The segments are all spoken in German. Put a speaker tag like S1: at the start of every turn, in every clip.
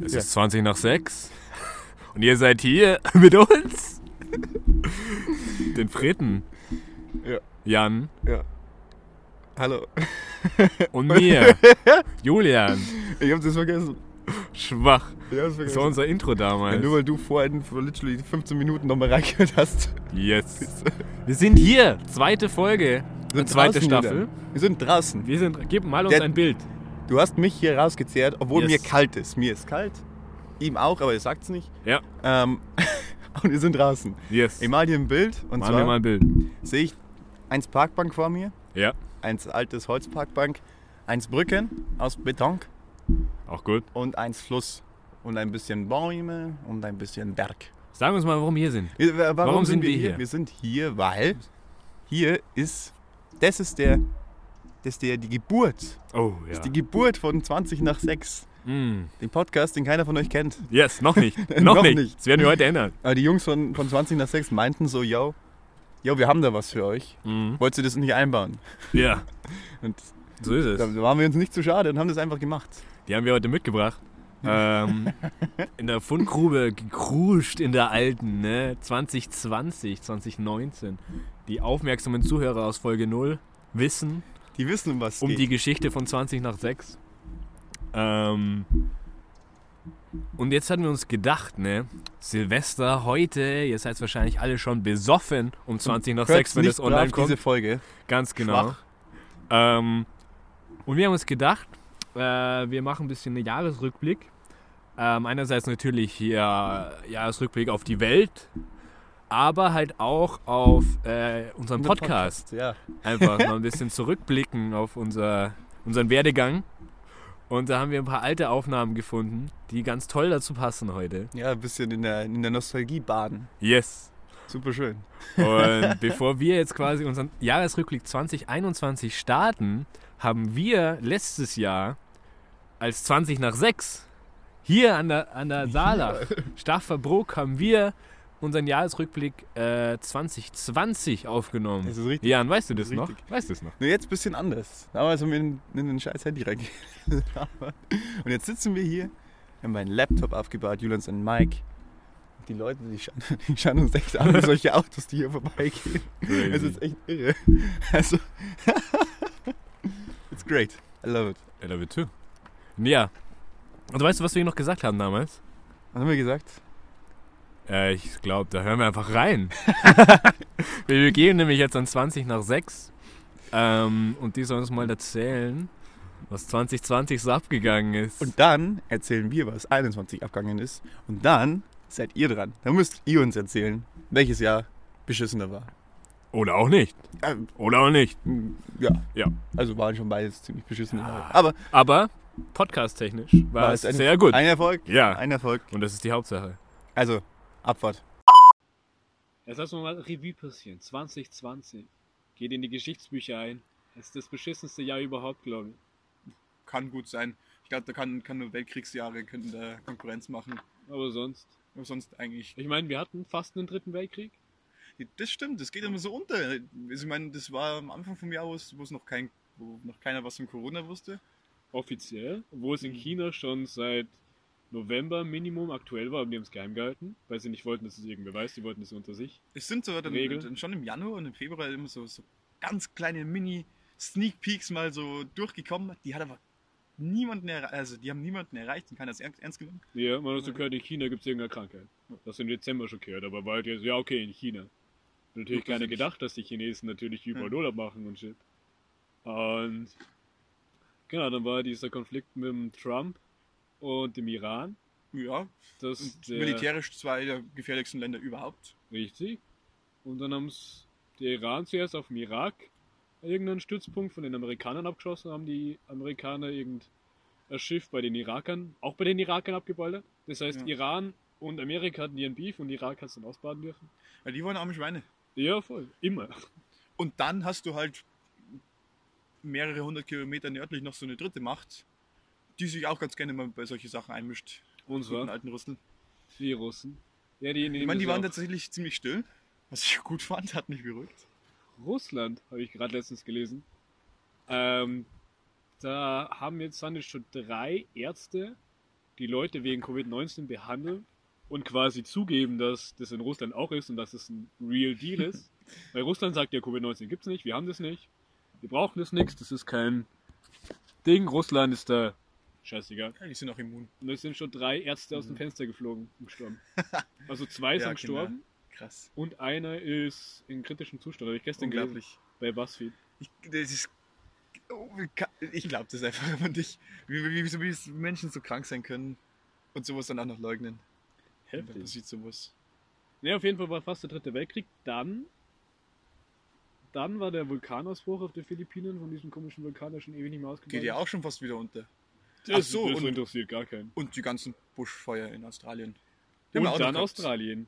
S1: Es
S2: Ja.
S1: ist 20 nach 6 und ihr seid hier mit uns. Den Freten.
S2: Ja.
S1: Jan
S2: Ja. Hallo.
S1: und mir. Julian.
S2: Ich hab's jetzt vergessen.
S1: Schwach.
S2: Ich hab's vergessen.
S1: Das war unser Intro
S2: ja,
S1: damals.
S2: nur weil du vorhin vor literally 15 Minuten nochmal reingehört hast.
S1: Yes. Wir sind hier. Zweite Folge.
S2: Wir sind
S1: Zweite
S2: draußen
S1: Staffel.
S2: Wieder. Wir sind draußen.
S1: Wir sind. Gib mal uns
S2: Der-
S1: ein Bild.
S2: Du hast mich hier rausgezehrt, obwohl
S1: Yes.
S2: mir kalt ist. Mir ist kalt. Ihm auch, aber er sagt's nicht.
S1: Ja.
S2: Ähm, und wir sind draußen.
S1: Yes.
S2: Ich mal dir ein Bild und
S1: Machen wir mal
S2: zwar
S1: ein Bild.
S2: sehe ich eins Parkbank vor mir,
S1: Ja.
S2: eins altes Holzparkbank, eins Brücken aus Beton
S1: Auch gut.
S2: und eins Fluss und ein bisschen Bäume und ein bisschen Berg.
S1: Sagen uns mal, warum wir hier sind.
S2: Wir- Warum,
S1: Warum sind wir hier?
S2: Wir sind hier, weil hier ist, das ist der, das ist der, die Geburt,
S1: Oh, ja.
S2: die Geburt von 20 nach 6.
S1: Mm.
S2: Den Podcast, den keiner von euch kennt.
S1: Yes, noch nicht. noch
S2: Noch
S1: nicht.
S2: nicht.
S1: Das werden wir heute ändern.
S2: Aber die Jungs von, von 20 nach 6 meinten so, yo, yo, wir haben da was für euch.
S1: Mhm.
S2: Wolltest du das nicht einbauen?
S1: Ja,
S2: Und
S1: so ist es.
S2: da waren wir uns nicht zu schade und haben das einfach gemacht.
S1: Die haben wir heute mitgebracht. Ähm, in der Fundgrube gekruscht in der alten, ne? 2020, 2019. Die aufmerksamen Zuhörer aus Folge 0 wissen
S2: Die wissen, um was es
S1: um
S2: geht.
S1: die Geschichte von 20 nach 6. Ähm, und jetzt hatten wir uns gedacht, ne? Silvester heute, ihr seid wahrscheinlich alle schon besoffen um 20 nach
S2: Hört's
S1: 6, wenn
S2: nicht
S1: das online
S2: brav,
S1: kommt.
S2: diese Folge.
S1: Ganz genau.
S2: Schwach.
S1: Ähm, und wir haben uns gedacht, äh, wir machen ein bisschen einen Jahresrückblick. Ähm, einerseits natürlich hier Jahresrückblick auf die Welt, aber halt auch auf äh, unseren Podcast.
S2: Ja.
S1: Einfach mal ein bisschen zurückblicken auf unser, unseren Werdegang. Und da haben wir ein paar alte Aufnahmen gefunden, die ganz toll dazu passen heute.
S2: ja, ein bisschen in der, in der Nostalgie baden.
S1: Yes.
S2: Super schön.
S1: Und bevor wir jetzt quasi unseren Jahresrückblick 2021 starten, haben wir letztes Jahr als 20 nach 6 hier an der, an der Saalach, Stafferbrook, haben wir unseren Jahresrückblick äh, 2020 aufgenommen.
S2: Das ist richtig.
S1: Jan, weißt du das noch?
S2: Richtig.
S1: Weißt du das noch?
S2: Nur jetzt ein bisschen anders. Damals haben wir in, in den scheiß Handy reingelabert. Und jetzt sitzen wir hier, haben meinen Laptop aufgebaut, Julians und Mike. Die Leute, die schauen, die schauen uns echt an, wie solche Autos, die hier vorbeigehen. Es ist echt irre. Also, it's great. I love it.
S1: I love it too. Ja. Und weißt du, was wir noch gesagt haben damals?
S2: Was haben wir gesagt?
S1: Äh, ich glaube, da hören wir einfach rein. wir gehen nämlich jetzt an 20 nach 6. Ähm, und die sollen uns mal erzählen, was 2020 so abgegangen ist.
S2: Und dann erzählen wir, was 21 abgegangen ist. Und dann seid ihr dran. Dann müsst ihr uns erzählen, welches Jahr beschissener war.
S1: Oder auch nicht.
S2: Ähm,
S1: Oder auch nicht.
S2: Ja.
S1: Ja.
S2: Also waren schon beides ziemlich beschissene
S1: Ja.
S2: Jahre. Aber
S1: Aber podcast-technisch war es
S2: ein-
S1: sehr gut.
S2: Ein Erfolg.
S1: Ja.
S2: Ein Erfolg.
S1: Und das ist die Hauptsache.
S2: Also, Abfahrt.
S3: Jetzt lassen wir mal Revue passieren. 2020 geht in die Geschichtsbücher ein. Das ist das beschissenste Jahr überhaupt, glaube ich.
S4: Kann gut sein. Ich glaube, da kann, kann nur Weltkriegsjahre könnten da Konkurrenz machen.
S3: Aber sonst.
S4: Aber sonst eigentlich.
S3: Ich meine, wir hatten fast einen dritten Weltkrieg.
S4: Das stimmt, das geht immer so unter. Also Ich meine, das war am Anfang vom Jahr, wo es wo es noch kein, wo noch keiner was von Corona wusste.
S3: Offiziell. Obwohl es
S1: Mhm.
S3: in China schon seit November Minimum aktuell war, aber die haben es geheim gehalten. Weil sie nicht wollten, dass es irgendwer weiß. Die wollten es nur unter sich.
S4: Es sind so dann,
S3: Regel.
S4: dann schon im Januar und im Februar immer so, so ganz kleine Mini-Sneak Peeks mal so durchgekommen. Die hat aber niemanden erreicht, also die haben niemanden erreicht und keiner hat es ernst, ernst genommen.
S3: Ja, man
S1: Mhm.
S3: hat so gehört, in China gibt es irgendeine Krankheit. Das im Dezember schon gehört, aber war halt jetzt, ja okay, in China. Hat Natürlich
S4: Gut, das Hm.
S3: keiner
S4: ist-
S3: gedacht, dass die Chinesen natürlich überall
S4: Ja.
S3: Urlaub machen und shit. Und genau, dann war dieser Konflikt mit dem Trump und dem Iran.
S4: Ja,
S3: Das
S4: und
S3: der,
S4: militärisch zwei der gefährlichsten Länder überhaupt.
S3: Richtig. Und dann haben es der Iran zuerst auf dem Irak irgendeinen Stützpunkt von den Amerikanern abgeschossen, haben die Amerikaner irgendein Schiff bei den Irakern, auch bei den Irakern abgeballert. Das heißt,
S4: Ja.
S3: Iran und Amerika hatten ihren Beef und Irak hat es dann ausbaden dürfen.
S4: Weil die waren arme Schweine.
S3: Ja, voll. Immer.
S4: Und dann hast du halt mehrere hundert Kilometer nördlich noch so eine dritte Macht, die sich auch ganz gerne mal bei solche Sachen einmischt.
S3: Und
S4: Die guten
S3: zwar
S4: alten Russen.
S3: die Russen. Ja, die,
S4: Ich meine, die waren tatsächlich ziemlich still, was ich gut fand, hat mich beruhigt.
S3: Russland, habe ich gerade letztens gelesen. Ähm, da haben jetzt, waren jetzt schon drei Ärzte die Leute wegen Covid-19 behandeln und quasi zugeben, dass das in Russland auch ist und dass es ein real deal ist. Weil Russland sagt ja, Covid-19 gibt's nicht, wir haben das nicht, wir brauchen das nichts, das ist kein Ding, Russland ist da. Scheißegal.
S2: Ja, die sind auch immun.
S3: Und es sind schon drei Ärzte
S4: Mhm.
S3: aus dem Fenster geflogen und gestorben. Also zwei
S2: Ja,
S3: sind
S2: Kinder.
S3: gestorben
S2: Krass.
S3: und einer ist in kritischem Zustand. Habe ich gestern gelesen
S2: Unglaublich.
S3: bei BuzzFeed.
S2: Ich, das ist, oh, wie ka- ich glaube das einfach immer nicht. Wie, wie, wie, wie es Menschen so krank sein können und sowas dann auch noch leugnen. Und Dann passiert sowas.
S3: Ne, auf jeden Fall war fast der dritte Weltkrieg. Dann, dann war der Vulkanausbruch auf den Philippinen von diesem komischen Vulkan, der schon ewig nicht mehr ausgebrochen
S2: Geht ja auch schon fast wieder unter.
S3: Das
S2: Ach so,
S3: das
S2: und-
S3: interessiert gar keinen.
S2: Und die ganzen Buschfeuer in Australien. Die haben wir
S3: Und
S2: auch noch
S3: dann
S2: gehabt.
S3: Australien.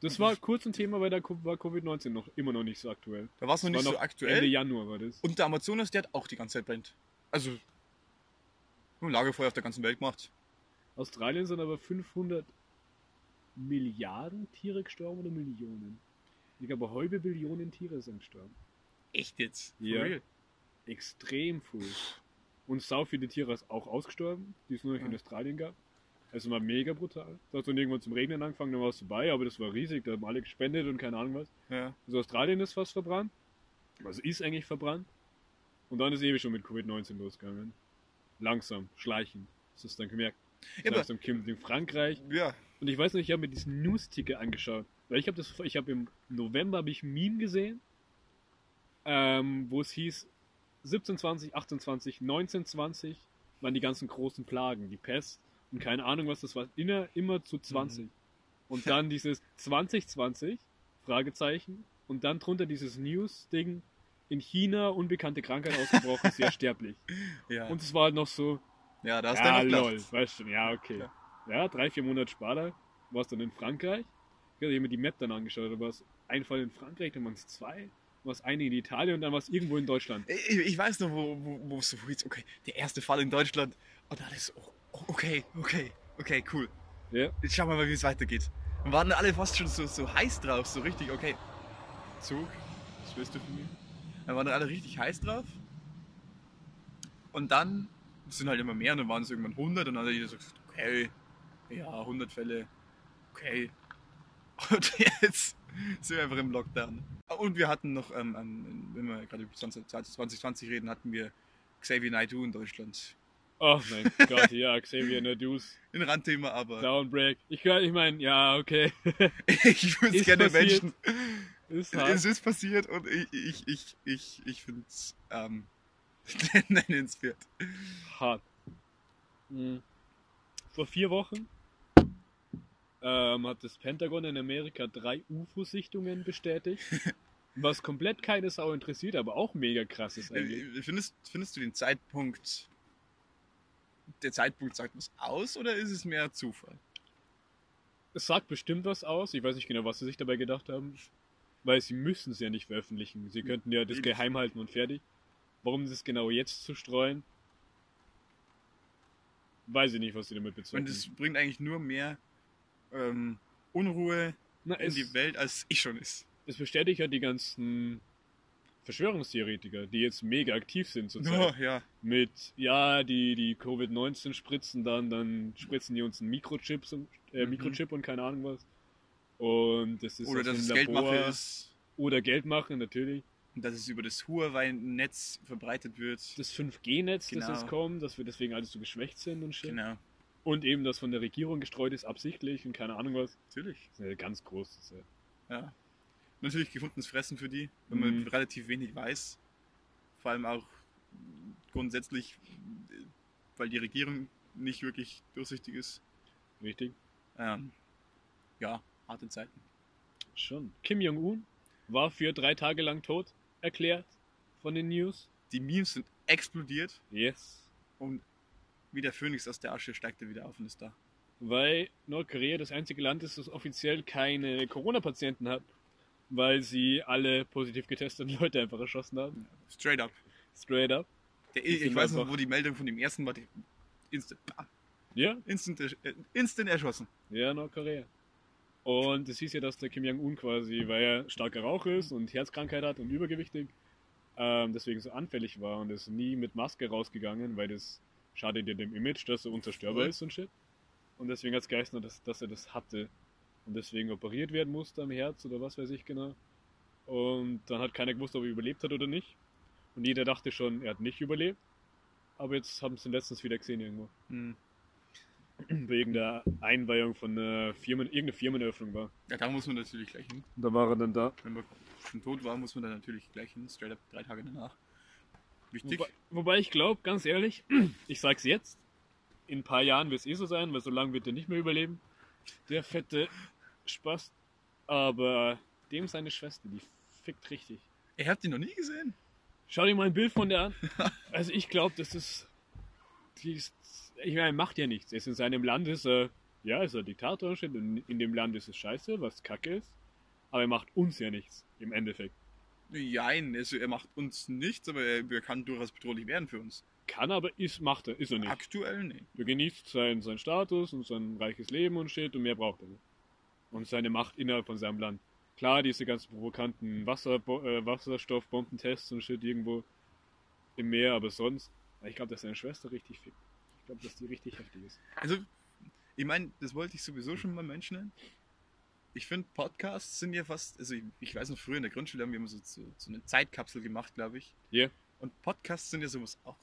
S3: Das war kurz ein Thema, weil da ko- war Covid-19 noch immer noch nicht so aktuell.
S2: Da war es noch
S3: war
S2: nicht so
S3: noch Ende
S2: aktuell.
S3: Januar war das.
S2: Und der Amazonas, der hat auch die ganze Zeit brennt. Also, ein Lagerfeuer auf der ganzen Welt gemacht.
S3: Australien sind aber 500 Milliarden Tiere gestorben oder Millionen? Ich glaube, eine halbe Billionen Tiere sind gestorben.
S2: Echt jetzt?
S3: Ja.
S2: Ja. Real?
S3: extrem früh. Und sau viele Tiere ist auch ausgestorben, die es nur noch in
S2: Ja.
S3: Australien gab. Also war mega brutal. Da hat dann irgendwann zum Regnen angefangen, dann war es vorbei, aber das war riesig, da haben alle gespendet und keine Ahnung was.
S2: Ja.
S3: Also Australien ist fast verbrannt. Also ist eigentlich verbrannt. Und dann ist ewig schon mit Covid-19 losgegangen. Langsam, schleichend. Das ist dann gemerkt.
S2: Ja, aber,
S3: Langsam kommt in Frankreich.
S2: ja.
S3: Und ich weiß nicht, ich habe mir diesen News-Ticker angeschaut. Weil ich habe das, ich habe im November habe ich ein Meme gesehen, ähm, wo es hieß 1720, 28, 1920 waren die ganzen großen Plagen, die Pest und keine Ahnung was das war. Immer, immer zu 20. Und dann dieses 2020 Fragezeichen und dann drunter dieses News-Ding in China unbekannte Krankheit ausgebrochen, sehr sterblich.
S2: Ja.
S3: Und es war halt noch so,
S2: ja, da hast
S3: ja,
S2: du noch
S3: lol,
S2: gedacht.
S3: weißt du, ja, okay.
S2: Ja.
S3: Ja, drei, vier Monate später warst du dann in Frankreich. Ich habe mir die Map dann angeschaut, da war es ein Fall in Frankreich, dann waren es zwei, dann war es eine in Italien und dann war es irgendwo in Deutschland.
S2: Ich, ich weiß noch, wo, wo, wo, so, wo jetzt, okay, der erste Fall in Deutschland. Und dann ist, oh, oh, okay, okay, okay, cool.
S3: Ja.
S2: Jetzt schauen wir mal, wie es weitergeht. Und waren alle fast schon so, so heiß drauf, so richtig, okay. Zug, was willst du von mir? Dann waren alle richtig heiß drauf. Und dann sind halt immer mehr und dann waren es irgendwann 100 und dann hat jeder so gesagt, okay, ja, 100 Fälle, okay. Und jetzt sind wir einfach im Lockdown. Und wir hatten noch, ähm, ähm, wenn wir gerade über 20 2020 reden, hatten wir Xavier Naidoo in Deutschland.
S3: Oh mein Gott, ja, Xavier Nadus,
S2: Ein Randthema, aber
S3: Downbreak. Ich, kann- ich meine, ja, okay,
S2: ich würde
S3: Ist
S2: es gerne
S3: passiert.
S2: Menschen.
S3: ist
S2: Es
S3: hart.
S2: ist passiert und ich, ich, ich, ich, ich finde es ähm, nennenswert.
S3: hart. Mhm. Vor vier Wochen ähm, hat das Pentagon in Amerika drei UFO-Sichtungen bestätigt, was komplett keine Sau interessiert, aber auch mega krass ist eigentlich.
S2: Äh, Findest, findest du den Zeitpunkt, der Zeitpunkt sagt was aus oder ist es mehr Zufall?
S3: Es sagt bestimmt was aus. Ich weiß nicht genau, was sie sich dabei gedacht haben. Weil sie müssen es ja nicht veröffentlichen. Sie könnten ja das
S2: Eben.
S3: geheim halten und fertig. Warum das genau jetzt zu streuen? Weiß ich nicht, was sie damit
S2: Und
S3: bezwecken.
S2: es bringt eigentlich nur mehr ähm, Unruhe
S3: Na,
S2: in
S3: es,
S2: die Welt, als ich schon ist.
S3: es bestätigt ja die ganzen Verschwörungstheoretiker, die jetzt mega aktiv sind
S2: Oh,
S3: zurzeit.
S2: ja.
S3: Mit, ja, die, die Covid-19 spritzen dann, dann spritzen die uns einen Mikrochips und, äh,
S2: Mhm.
S3: Mikrochip und keine Ahnung was. Und das ist
S2: Oder
S3: aus
S2: dass
S3: dem
S2: es Geldmache
S3: Labor.
S2: ist
S3: Oder Geld machen, natürlich.
S2: und dass es über das Huawei-Netz verbreitet wird.
S3: das 5G-Netz,
S2: Genau.
S3: das jetzt kommt, dass wir deswegen alles so geschwächt sind und shit.
S2: genau.
S3: Und eben, dass von der Regierung gestreut ist, absichtlich und keine Ahnung was.
S2: Natürlich.
S3: Das ist eine ganz große.
S2: Ja. Natürlich gefundenes Fressen für die, wenn man
S3: Mhm.
S2: relativ wenig weiß. Vor allem auch grundsätzlich, äh, weil die Regierung nicht wirklich durchsichtig ist.
S3: Richtig?
S2: Ähm, ja, harte Zeiten.
S3: Schon. Kim Jong-un war für drei Tage lang tot, erklärt von den News.
S2: Die Memes sind explodiert
S3: Yes.
S2: und wie der Phönix aus der Asche steigt er wieder auf und ist da.
S3: Weil Nordkorea das einzige Land ist, das offiziell keine Corona-Patienten hat. Weil sie alle positiv getesteten Leute einfach erschossen haben.
S2: Straight up.
S3: Straight up.
S2: Der,
S3: Die
S2: ich
S3: sind
S2: weiß noch,
S3: einfach-
S2: wo die Meldung von dem ersten war. Die instant, bah,
S3: Ja,
S2: instant, ersch- äh, instant erschossen.
S3: Ja, Nordkorea. Und es hieß ja, dass der Kim Jong-un quasi, weil er starker Raucher ist und Herzkrankheit hat und übergewichtig, ähm, deswegen so anfällig war und ist nie mit Maske rausgegangen, weil das schadet ja dem Image, dass er unzerstörbar
S2: Voll.
S3: ist und shit. Und deswegen hat es geheißen, dass, dass er das hatte. Und deswegen operiert werden musste am Herz oder was weiß ich genau. Und dann hat keiner gewusst, ob er überlebt hat oder nicht. Und jeder dachte schon, er hat nicht überlebt. Aber jetzt haben sie ihn letztens wieder gesehen irgendwo.
S2: Hm.
S3: Wegen der Einweihung von einer Firmen, irgendeiner Firmeneröffnung war.
S2: Ja, da muss man natürlich gleich hin.
S3: Und da war er dann da.
S2: Wenn man schon tot war, muss man dann natürlich gleich hin. Straight up drei Tage danach. Wichtig.
S3: Wobei, wobei ich glaube, ganz ehrlich, ich sag's jetzt, in ein paar Jahren wird es eh so sein, weil so lange wird er nicht mehr überleben. Der fette Spaß. Aber dem seine Schwester, die fickt richtig.
S2: Ihr habt ihn noch nie gesehen.
S3: Schau dir mal ein Bild von der an. Also ich glaube, das ist, die ist. Ich meine, macht ja nichts. Er ist in seinem Land, ist er. Ja, ist er Diktator und shit. In, in dem Land ist es scheiße, was kacke ist. Aber er macht uns ja nichts, im Endeffekt.
S2: Nein, also er macht uns nichts, aber er, er kann durchaus bedrohlich werden für uns.
S3: Kann aber, ist, macht er, ist er nicht.
S2: Aktuell nicht.
S3: Er genießt seinen, seinen Status und sein reiches Leben und shit und mehr braucht er nicht. Und seine Macht innerhalb von seinem Land. Klar, diese ganzen provokanten Wasser, äh, Wasserstoffbombentests und shit irgendwo im Meer, aber sonst. Ich glaube, dass seine Schwester richtig fickt. Ich glaube, dass die richtig heftig ist.
S2: Also, ich meine, das wollte ich sowieso schon mal Menschen nennen. Ich finde, Podcasts sind ja fast, also ich, ich weiß noch, früher in der Grundschule haben wir immer so, so, so eine Zeitkapsel gemacht, glaube ich.
S3: Ja.
S2: Und Podcasts sind ja sowas auch.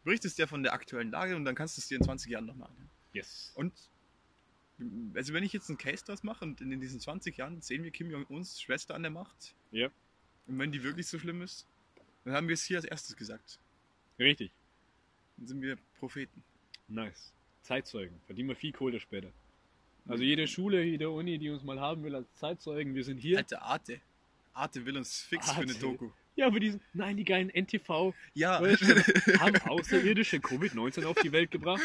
S2: Du berichtest ja von der aktuellen Lage und dann kannst du es dir in 20 Jahren nochmal anhören.
S3: Yes.
S2: Und, also wenn ich jetzt einen Case draus mache und in diesen 20 Jahren sehen wir Kim Jong-uns Schwester an der Macht.
S3: Ja.
S2: Und wenn die wirklich so schlimm ist, dann haben wir es hier als erstes gesagt.
S3: Richtig.
S2: Dann sind wir Propheten.
S3: Nice. Zeitzeugen. Verdienen wir viel Kohle später. Also jede Schule, jede Uni, die uns mal haben will als Zeitzeugen, wir sind hier.
S2: Alter, Arte. Arte will uns fix für eine
S3: Arte.
S2: Doku.
S3: Ja, für diesen, nein, die geilen NTV
S2: Ja.
S3: haben Außerirdische Covid-19 auf die Welt gebracht.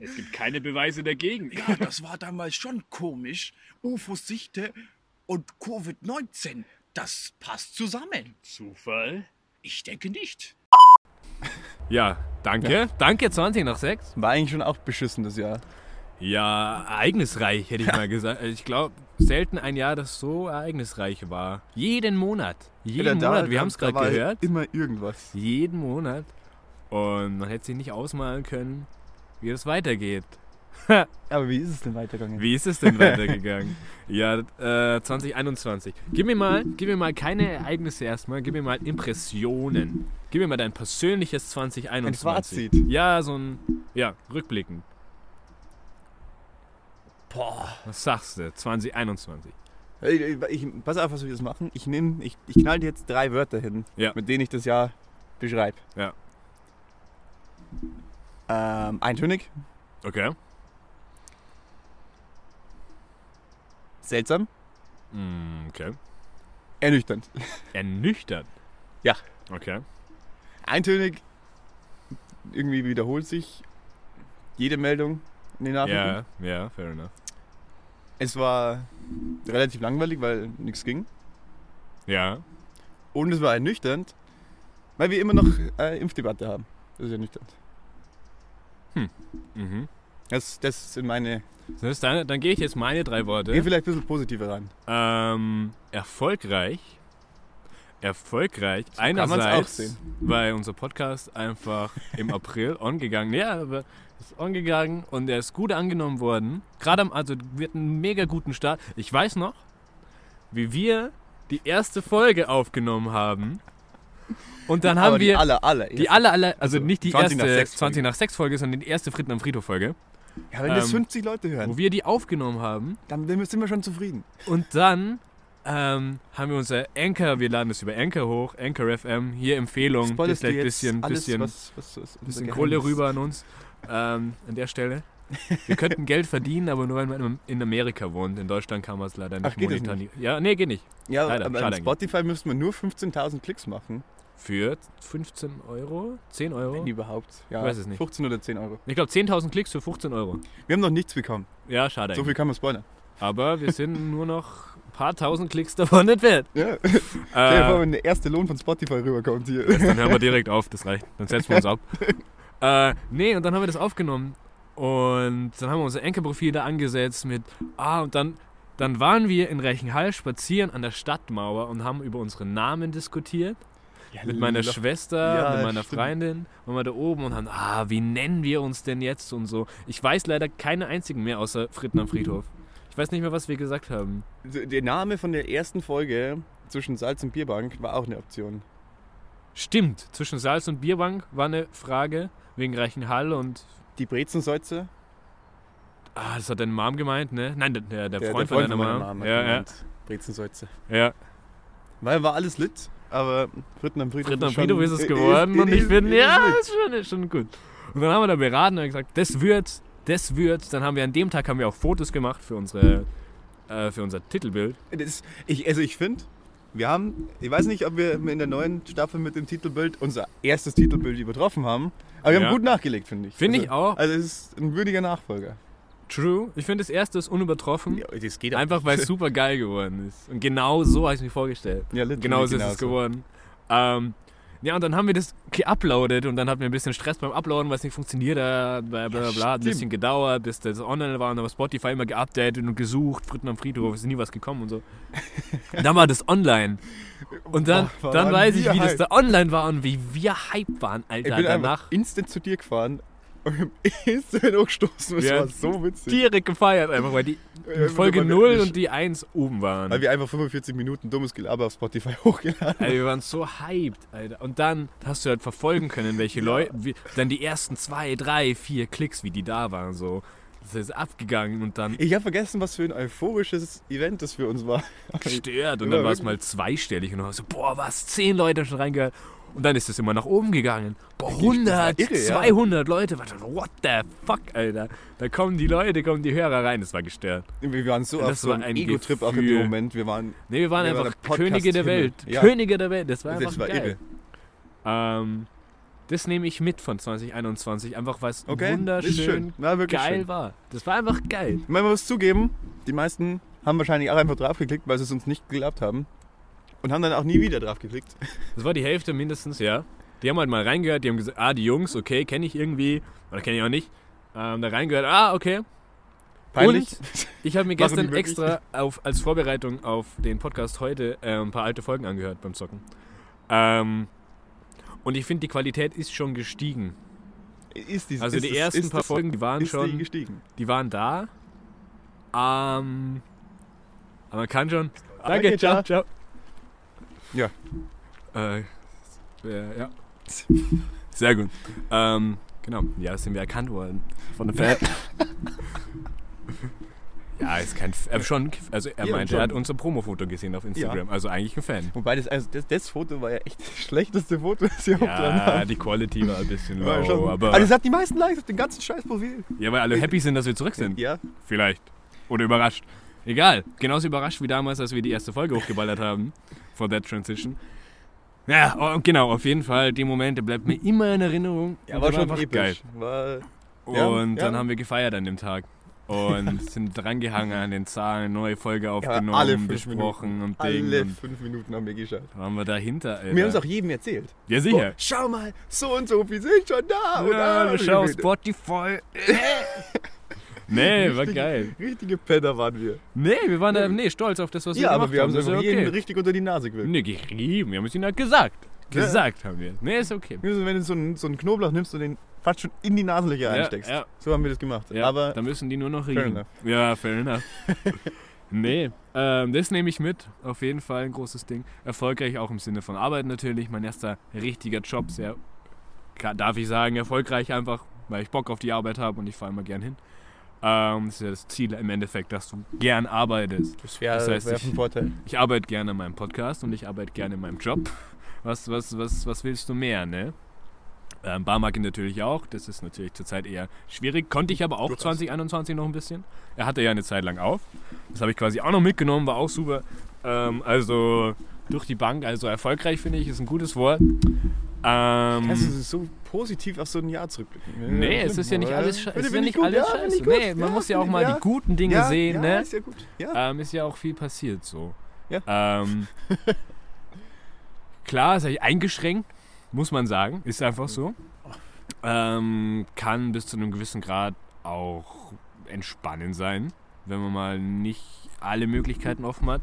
S3: Es gibt keine Beweise dagegen.
S2: ja, das war damals schon komisch. UFO-Sichte und Covid-19. Das passt zusammen.
S3: Zufall?
S2: Ich denke nicht.
S1: Ja, danke. Danke, 20 nach 6.
S5: War eigentlich schon auch beschissen das Jahr.
S1: Ja, ereignisreich, hätte ich mal gesagt. Also Ich glaube, selten ein Jahr, das so ereignisreich war. Jeden Monat. Jeden
S5: Ja, da-
S1: Monat, wir
S5: da-
S1: haben es
S5: da
S1: gerade
S5: war
S1: gehört.
S5: Immer irgendwas.
S1: Jeden Monat. Und man hätte sich nicht ausmalen können, wie es weitergeht.
S5: Aber wie ist es denn weitergegangen?
S1: Wie ist es denn weitergegangen? ja, äh, 2021. Gib mir mal, gib mir mal keine Ereignisse erstmal, gib mir mal Impressionen. Gib mir mal dein persönliches 2021.
S5: Ein Fazit.
S1: Ja, so ein, ja, rückblickend. Boah. Was sagst du? 2021.
S5: Ich, ich, ich- pass auf, was wir jetzt machen. Ich nehme, ich, ich knall dir jetzt drei Wörter hin,
S1: Ja.
S5: mit denen ich das Jahr beschreibe.
S1: Ja.
S5: Ähm, eintönig,
S1: Okay.
S5: seltsam,
S1: Mm, okay.
S5: ernüchternd.
S1: Ernüchtert.
S5: Ja.
S1: Okay.
S5: Eintönig, irgendwie wiederholt sich jede Meldung in den Nachrichten.
S1: Ja, ja, fair enough.
S5: Es war relativ langweilig, weil nichts ging.
S1: Ja.
S5: Und es war ernüchternd, weil wir immer noch äh, Impfdebatte haben. Das ist ernüchternd.
S1: Mhm.
S5: Das, das sind meine.
S1: Das ist deine, dann gehe ich jetzt meine drei Worte.
S5: Geh vielleicht ein bisschen positiver ran.
S1: Ähm, erfolgreich. Erfolgreich.
S5: man's
S1: einerseits,
S5: auch sehen.
S1: weil unser Podcast einfach im April ongegangen Ja, aber ist ongegangen und er ist gut angenommen worden. Gerade am, also wird einen mega guten Start. Ich weiß noch, wie wir die erste Folge aufgenommen haben. Und dann haben
S5: Aber die
S1: wir
S5: aller, aller.
S1: die aller, aller, also
S5: Also
S1: nicht die
S5: 20 nach
S1: erste
S5: sechs Folge.
S1: 20 nach 6 Folge, sondern die erste Fritten am Friedhof Folge,
S5: ja, wenn das
S1: ähm,
S5: 50 Leute hören.
S1: wo wir die aufgenommen haben.
S5: Dann sind wir schon zufrieden.
S1: Und dann ähm, haben wir unser Anchor, wir laden es über Anchor hoch, Anchor FM, hier Empfehlung,
S5: Spoilest du
S1: Dislike,
S5: jetzt
S1: bisschen,
S5: alles,
S1: bisschen,
S5: was, was, was unser
S1: bisschen
S5: Geheimnis
S1: Kohle
S5: ist?
S1: rüber an uns ähm, an der Stelle. Wir könnten Geld verdienen, aber nur wenn man in Amerika wohnt. In Deutschland kann man es leider nicht
S5: Ach, geht das
S1: monetar- Ja, nee, geht nicht.
S5: Ja,
S1: Leider,
S5: aber
S1: schade Oh.
S5: an Spotify müssten wir nur 15.000 Klicks machen.
S1: Für 15 Euro? 10 Euro?
S5: Wenn überhaupt. Ja,
S1: Ich weiß es nicht.
S5: 15 oder 10 Euro.
S1: Ich glaube 10.000 Klicks für 15 Euro.
S5: Wir haben noch nichts bekommen.
S1: Ja, schade.
S5: So viel kann man spoilern.
S1: Äh. Aber wir sind nur noch ein paar tausend Klicks davon Äh, entfernt.
S5: Ja. Stell dir vor,
S1: Äh,
S5: wenn der erste Lohn von Spotify rüberkommt hier.
S1: dann hören wir direkt auf, das reicht. Dann setzen wir uns ab. Äh, nee, und dann haben wir das aufgenommen. Und dann haben wir unser Enkelprofil da angesetzt mit, ah, und dann, dann waren wir in Reichenhall spazieren an der Stadtmauer und haben über unseren Namen diskutiert. mit meiner
S2: Loch-
S1: Schwester,
S2: Ja,
S1: mit meiner
S2: stimmt.
S1: Freundin und wir da oben und haben, ah, wie nennen wir uns denn jetzt und so. Ich weiß leider keine einzigen mehr außer Fritten am Friedhof. Ich weiß nicht mehr, was wir gesagt haben.
S2: Der Name von der ersten Folge zwischen Salz und Bierbank war auch eine Option.
S1: Stimmt, zwischen Salz und Bierbank war eine Frage wegen Reichenhall und.
S2: Die Brezensäuze.
S1: Ah, das hat deine Mom gemeint, ne? Nein, der, der, der, Freund,
S2: der Freund
S1: von
S2: meiner
S1: deiner Mom.
S2: Mama hat
S1: Ja, ja,
S2: genannt. Brezensäuze.
S1: ja.
S2: Weil war alles lit, aber Fritten am Friedhof
S1: Fritten am
S2: schon- Äh,
S1: Friedhof ist es
S2: ist-
S1: geworden
S2: ist-
S1: und ich
S2: ist-
S1: finde,
S2: ist
S1: ja,
S2: lit.
S1: ist schon, ist schon gut. Und dann haben wir da beraten und gesagt, das wird, das wird. Dann haben wir an dem Tag haben wir auch Fotos gemacht für unsere, äh, für unser Titelbild.
S2: Das, ich, also ich finde, wir haben, ich weiß nicht, ob wir in der neuen Staffel mit dem Titelbild unser erstes Titelbild übertroffen haben, aber wir
S1: Ja.
S2: haben gut nachgelegt, finde ich.
S1: Finde
S2: also,
S1: ich auch.
S2: Also es ist ein würdiger Nachfolger.
S1: True. Ich finde das erste ist unübertroffen.
S2: das geht
S1: Einfach weil es super geil geworden ist. Und genau so habe ich es mir vorgestellt.
S2: Ja, literally
S1: Genau so ist es
S2: genauso.
S1: geworden. Ähm, ja, und dann haben wir das geuploadet und dann hatten wir ein bisschen Stress beim Uploaden, weil es nicht funktioniert hat, bla bla bla, hat ein bisschen gedauert, bis das online war und dann war Spotify immer geupdatet und gesucht, Fritten am Friedhof, ist nie was gekommen und so. Und dann war das online. Und dann,
S2: Boah,
S1: dann
S2: waren
S1: weiß ich,
S2: wir
S1: wie das
S2: hyped.
S1: da online war und wie wir hype waren,
S2: halt. Ich
S1: Alter,
S2: bin
S1: danach.
S2: einfach instant zu dir gefahren und im instant hochgestoßen. Das
S1: Ja.
S2: war so witzig.
S1: Direkt gefeiert einfach, weil die
S2: Äh,
S1: Folge
S2: weil wir-
S1: 0 und die 1 oben waren.
S2: Weil wir einfach 45 Minuten dummes Gelaber auf Spotify hochgeladen haben.
S1: Ey, wir waren so hyped, Alter. Und dann hast du halt verfolgen können, welche Leute, wie, dann die ersten zwei, drei, vier Klicks, wie die da waren, so. Das ist abgegangen und dann
S2: Ich habe vergessen, was für ein euphorisches Event das für uns war.
S1: gestört und dann war es mal zweistellig und dann war so, boah, was, zehn Leute haben schon reingehört. Und dann ist es immer nach oben gegangen. Boah, 100,
S2: irre, ja.
S1: 200 Leute. Warte, What the fuck, Alter? Da kommen die Leute, kommen die Hörer rein. Das war gestört.
S2: Wir waren so
S1: Das
S2: auf so
S1: war
S2: einem
S1: ein
S2: Ego-Trip auch in
S1: Gefühl.
S2: dem Moment. Wir waren,
S1: Nee, wir waren
S2: Wir waren
S1: einfach
S2: der
S1: Könige der
S2: Podcast-Himmel.
S1: Welt.
S2: Ja.
S1: Könige der Welt. Das war einfach
S2: das war
S1: geil.
S2: irre.
S1: Ähm, das nehme ich mit von 2021, einfach weil es
S2: Okay,
S1: wunderschön
S2: ist schön. War wirklich
S1: geil
S2: schön.
S1: war. Das war einfach geil.
S2: Ich meine, man muss zugeben, die meisten haben wahrscheinlich auch einfach draufgeklickt, weil sie es uns nicht geglaubt haben. Und haben dann auch nie wieder draufgeklickt.
S1: Das war die Hälfte mindestens, ja. Die haben halt mal reingehört, die haben gesagt, ah, die Jungs, okay, kenne ich irgendwie, oder kenne ich auch nicht. Ähm, da reingehört, ah, okay.
S2: Peinlich.
S1: Ich habe mir
S2: Machen die
S1: gestern
S2: wirklich?
S1: extra auf, als Vorbereitung auf den Podcast heute äh, ein paar alte Folgen angehört beim Zocken. Ähm, und ich finde, die Qualität ist schon gestiegen.
S2: Ist dies,
S1: Also
S2: ist
S1: die
S2: es-
S1: ersten
S2: ist
S1: paar
S2: es-
S1: Folgen, die waren
S2: ist die
S1: schon...
S2: gestiegen.
S1: Die waren da. Ähm, aber man kann schon.
S2: Danke,
S1: Danke, ciao, ciao.
S2: Ja.
S1: Äh, äh, ja. Sehr gut. Ähm, genau. Ja, sind wir erkannt worden von der Fan. ja, ist kein. F- Äh, schon. Also er
S2: Ja,
S1: meinte,
S2: schon.
S1: er hat unser Promo-Foto gesehen auf Instagram. Also eigentlich ein Fan.
S2: Wobei das, also das, das Foto war ja echt das schlechteste Foto, das wir hochgeladen
S1: Ja,
S2: haben.
S1: die Quality war ein bisschen
S2: War
S1: low,
S2: schon-
S1: aber.
S2: aber das hat die meisten Likes auf dem ganzen Scheißprofil.
S1: Ja, weil alle happy sind, dass wir zurück sind.
S2: Ja,
S1: Vielleicht. Oder überrascht. Egal. Genauso überrascht wie damals, als wir die erste Folge hochgeballert haben. For that transition. Ja, oh, genau, auf jeden Fall. Die Momente bleibt mir immer in Erinnerung.
S2: ja
S1: Und
S2: war
S1: das
S2: schon
S1: einfach
S2: episch. War,
S1: Und
S2: Ja,
S1: dann
S2: ja.
S1: haben wir gefeiert an dem Tag. Und sind drangehangen an den Zahlen, neue Folge aufgenommen,
S2: alle fünf
S1: besprochen und Ding.
S2: alle
S1: Und
S2: fünf Minuten haben wir geschaut.
S1: dann waren wir dahinter, Alter.
S2: Wir haben es auch jedem erzählt.
S1: ja, sicher.
S2: Oh, schau mal, so und so, wir sind schon da. und
S1: ja,
S2: ah,
S1: wir schauen Spotify. nee, war geil.
S2: Richtige Penner waren wir.
S1: Nee, wir waren da, nee, stolz auf das, was wir
S2: ja,
S1: gemacht
S2: aber wir haben
S1: Das
S2: es
S1: ist
S2: einfach
S1: ja
S2: jedem richtig unter die Nase gewirkt.
S1: Nee, Ne, gerieben. Wir haben es ihnen halt gesagt. Gesagt haben wir. Nee, ist okay.
S2: Wir müssen, Wenn du so einen, so einen Knoblauch nimmst und den fast schon in die Nasenlöcher
S1: Ja,
S2: einsteckst.
S1: ja.
S2: So haben wir das gemacht.
S1: Ja,
S2: Aber
S1: da müssen die nur noch riechen.
S2: enough.
S1: Ja, fair enough. nee, ähm, das nehme ich mit. Auf jeden Fall ein großes Ding. Erfolgreich auch im Sinne von Arbeit natürlich. Mein erster richtiger Job. Sehr, ka- darf ich sagen, erfolgreich einfach, weil ich Bock auf die Arbeit habe und ich fahre immer gern hin. Ähm, das ist ja das Ziel im Endeffekt, dass du gern arbeitest.
S2: das wäre
S1: das heißt,
S2: wär
S1: ich-
S2: ein Vorteil.
S1: Ich arbeite gerne an meinem Podcast und ich arbeite gerne in meinem Job. Was, was, was, was willst du mehr, ne? Ähm, Barmarket natürlich auch. Das ist natürlich zurzeit eher schwierig. Konnte ich aber auch 2021 noch ein bisschen. Er hatte ja eine Zeit lang auf. Das habe ich quasi auch noch mitgenommen, war auch super. Ähm, also durch die Bank, also erfolgreich finde ich, ist ein gutes Wort.
S2: Kannst du
S1: Ähm,
S2: so positiv auf so ein Jahr zurückblicken? Ja,
S1: nee,
S2: stimmt,
S1: es ist ja nicht
S2: oder?
S1: alles scheiße.
S2: Finde-
S1: Es ist ja
S2: finde
S1: nicht
S2: ich gut,
S1: alles
S2: ja, finde
S1: scheiße.
S2: ich gut,
S1: Nee, man
S2: ja,
S1: muss ja
S2: finde
S1: auch
S2: ich-
S1: mal
S2: ja.
S1: die guten Dinge
S2: ja,
S1: sehen,
S2: ja,
S1: ne?
S2: Ist ja gut. Ja.
S1: Ähm, ist ja auch viel passiert so.
S2: Ja.
S1: Ähm, klar, ist eigentlich eingeschränkt, muss man sagen. Ist einfach so. Ähm, kann bis zu einem gewissen Grad auch entspannend sein, wenn man mal nicht alle Möglichkeiten offen hat.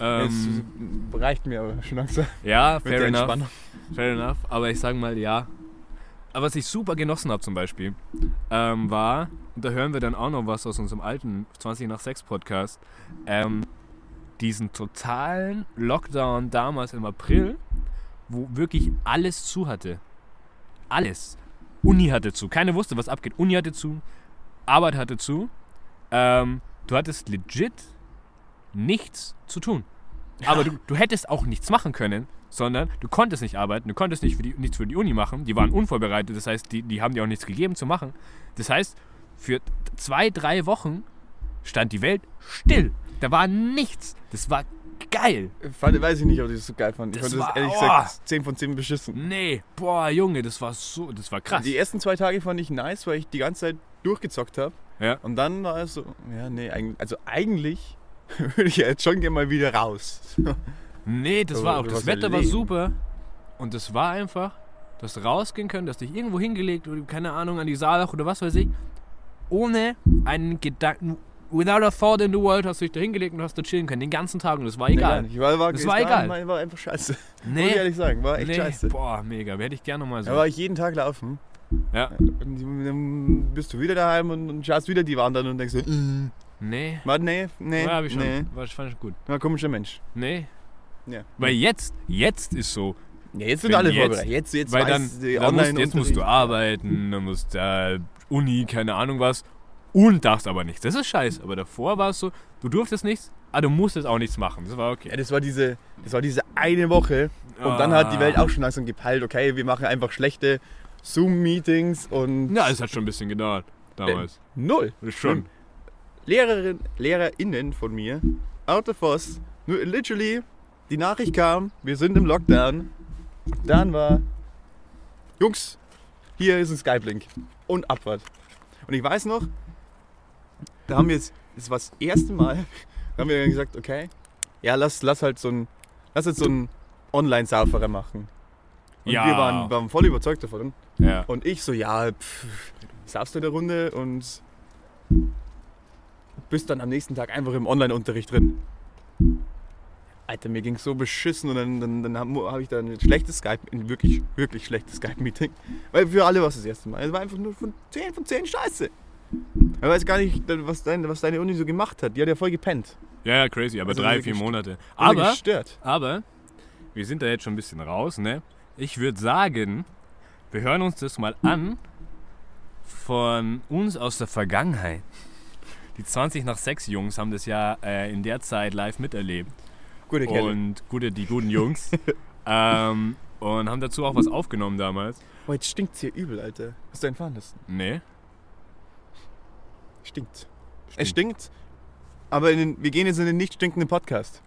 S1: Ähm,
S2: Jetzt reicht mir aber schon langsam
S1: ja,
S2: mit der
S1: fair enough.
S2: Entspannung.
S1: Fair enough, aber ich sage mal ja. Aber was ich super genossen habe zum Beispiel, ähm, war, und da hören wir dann auch noch was aus unserem alten 20 nach 6 Podcast, ähm, diesen totalen Lockdown damals im April, wo wirklich alles zu hatte. Alles. Uni hatte zu. Keiner wusste, was abgeht. Uni hatte zu, Arbeit hatte zu. Ähm, du hattest legit nichts zu tun. Aber du, du hättest auch nichts machen können, sondern du konntest nicht arbeiten, du konntest nicht für die, nichts für die Uni machen. Die waren unvorbereitet, das heißt, die, die haben dir auch nichts gegeben zu machen. Das heißt, für zwei, drei Wochen stand die Welt still. Da war nichts. Das war geil.
S2: Fand, weiß ich nicht, ob ich das so geil fand. Ich
S1: Das
S2: fand das
S1: war- oh!
S2: ehrlich
S1: Aua.
S2: gesagt 10 von 10 beschissen.
S1: Nee, boah, Junge, das war so, das war krass.
S2: Die ersten zwei Tage fand ich nice, weil ich die ganze Zeit durchgezockt habe.
S1: Ja.
S2: Und dann war es so, ja, nee, eigentlich, also eigentlich würde ich ja jetzt schon gerne mal wieder raus.
S1: Nee, das
S2: Aber
S1: war auch,
S2: Also, du
S1: das
S2: hast ja
S1: Wetter war
S2: Leben.
S1: super. Und das war einfach, dass du rausgehen können, dass dich irgendwo hingelegt oder keine Ahnung, an die Saalach oder was weiß ich, ohne einen Gedanken, without a thought in the world, hast du dich da hingelegt und hast da chillen können, den ganzen Tag und das war egal.
S2: Nee, gar nicht. war, war,
S1: Das
S2: es
S1: war egal.
S2: War, war einfach scheiße.
S1: Nee,
S2: Muss ich ehrlich sagen, war echt
S1: nee,
S2: scheiße.
S1: boah, mega, hätte ich gerne mal so.
S2: Da war ich jeden Tag laufen.
S1: Ja.
S2: Und dann bist du wieder daheim und, und schaust wieder die Wand an und denkst so, "Mm,
S1: nee,
S2: warte, nee, nee,
S1: war, hab ich schon,
S2: nee.
S1: war, fand ich gut.
S2: War ein komischer Mensch.
S1: Nee.
S2: Ja.
S1: Weil jetzt, jetzt ist so,
S2: Ja, jetzt
S1: Wenn
S2: sind alle
S1: jetzt-
S2: vorbereitet. Jetzt, jetzt
S1: Weil
S2: weiß äh,
S1: dann,
S2: die
S1: dann musst, jetzt
S2: Online-Unterricht-
S1: musst du arbeiten, dann musst äh, Uni, keine Ahnung was und darfst aber nichts. Das ist scheiße, aber davor war es so, du durftest nichts, aber du musstest auch nichts machen. Das war
S2: Ja,
S1: okay.
S2: das war diese, das war diese eine Woche. Und dann hat die Welt
S1: Ah.
S2: auch schon langsam gepeilt, okay, wir machen einfach schlechte Zoom-Meetings und
S1: Ja, es hat schon ein bisschen gedauert damals.
S2: null.
S1: Schon.
S2: Hm. Lehrerin, LehrerInnen von mir, out of us, nur literally, die Nachricht kam, wir sind im Lockdown. Dann war, Jungs, hier ist ein Skype-Link und Abfahrt. Und ich weiß noch, da haben wir jetzt, das war das erste Mal, da haben wir dann gesagt, okay, ja, lass, lass halt so ein, lass jetzt so ein Online-Sauferer machen. Und
S1: Ja.
S2: wir waren, waren voll überzeugt davon.
S1: Ja.
S2: Und ich so, ja, pff, saufst du eine Runde und bist dann am nächsten Tag einfach im Online-Unterricht drin. Alter, mir ging so beschissen und dann, dann, dann habe hab ich dann ein schlechtes Skype, ein wirklich, wirklich schlechtes Skype-Meeting. Weil für alle war es das erste Mal. Es war einfach nur von 10 von 10 Scheiße. Ich weiß gar nicht, was, dein, was deine Uni so gemacht hat. Die hat ja voll gepennt.
S1: ja, ja, crazy, aber
S2: Also
S1: drei,
S2: wir
S1: vier
S2: gest-
S1: Monate.
S2: Voll
S1: Aber,
S2: Gestört.
S1: aber, wir sind da jetzt schon ein bisschen raus, ne? Ich würde sagen, wir hören uns das mal an von uns aus der Vergangenheit. Die 20 nach 6 Jungs haben das ja äh, in der Zeit live miterlebt.
S2: Gute Kerle.
S1: und gute, die guten Jungs. ähm, und haben dazu auch was aufgenommen damals.
S2: Boah, jetzt stinkt's hier übel, Alter. Hast du einen Fahrnest?
S1: Nee.
S2: Stinkt. Es stinkt, aber in den, wir gehen jetzt in den nicht stinkenden Podcast.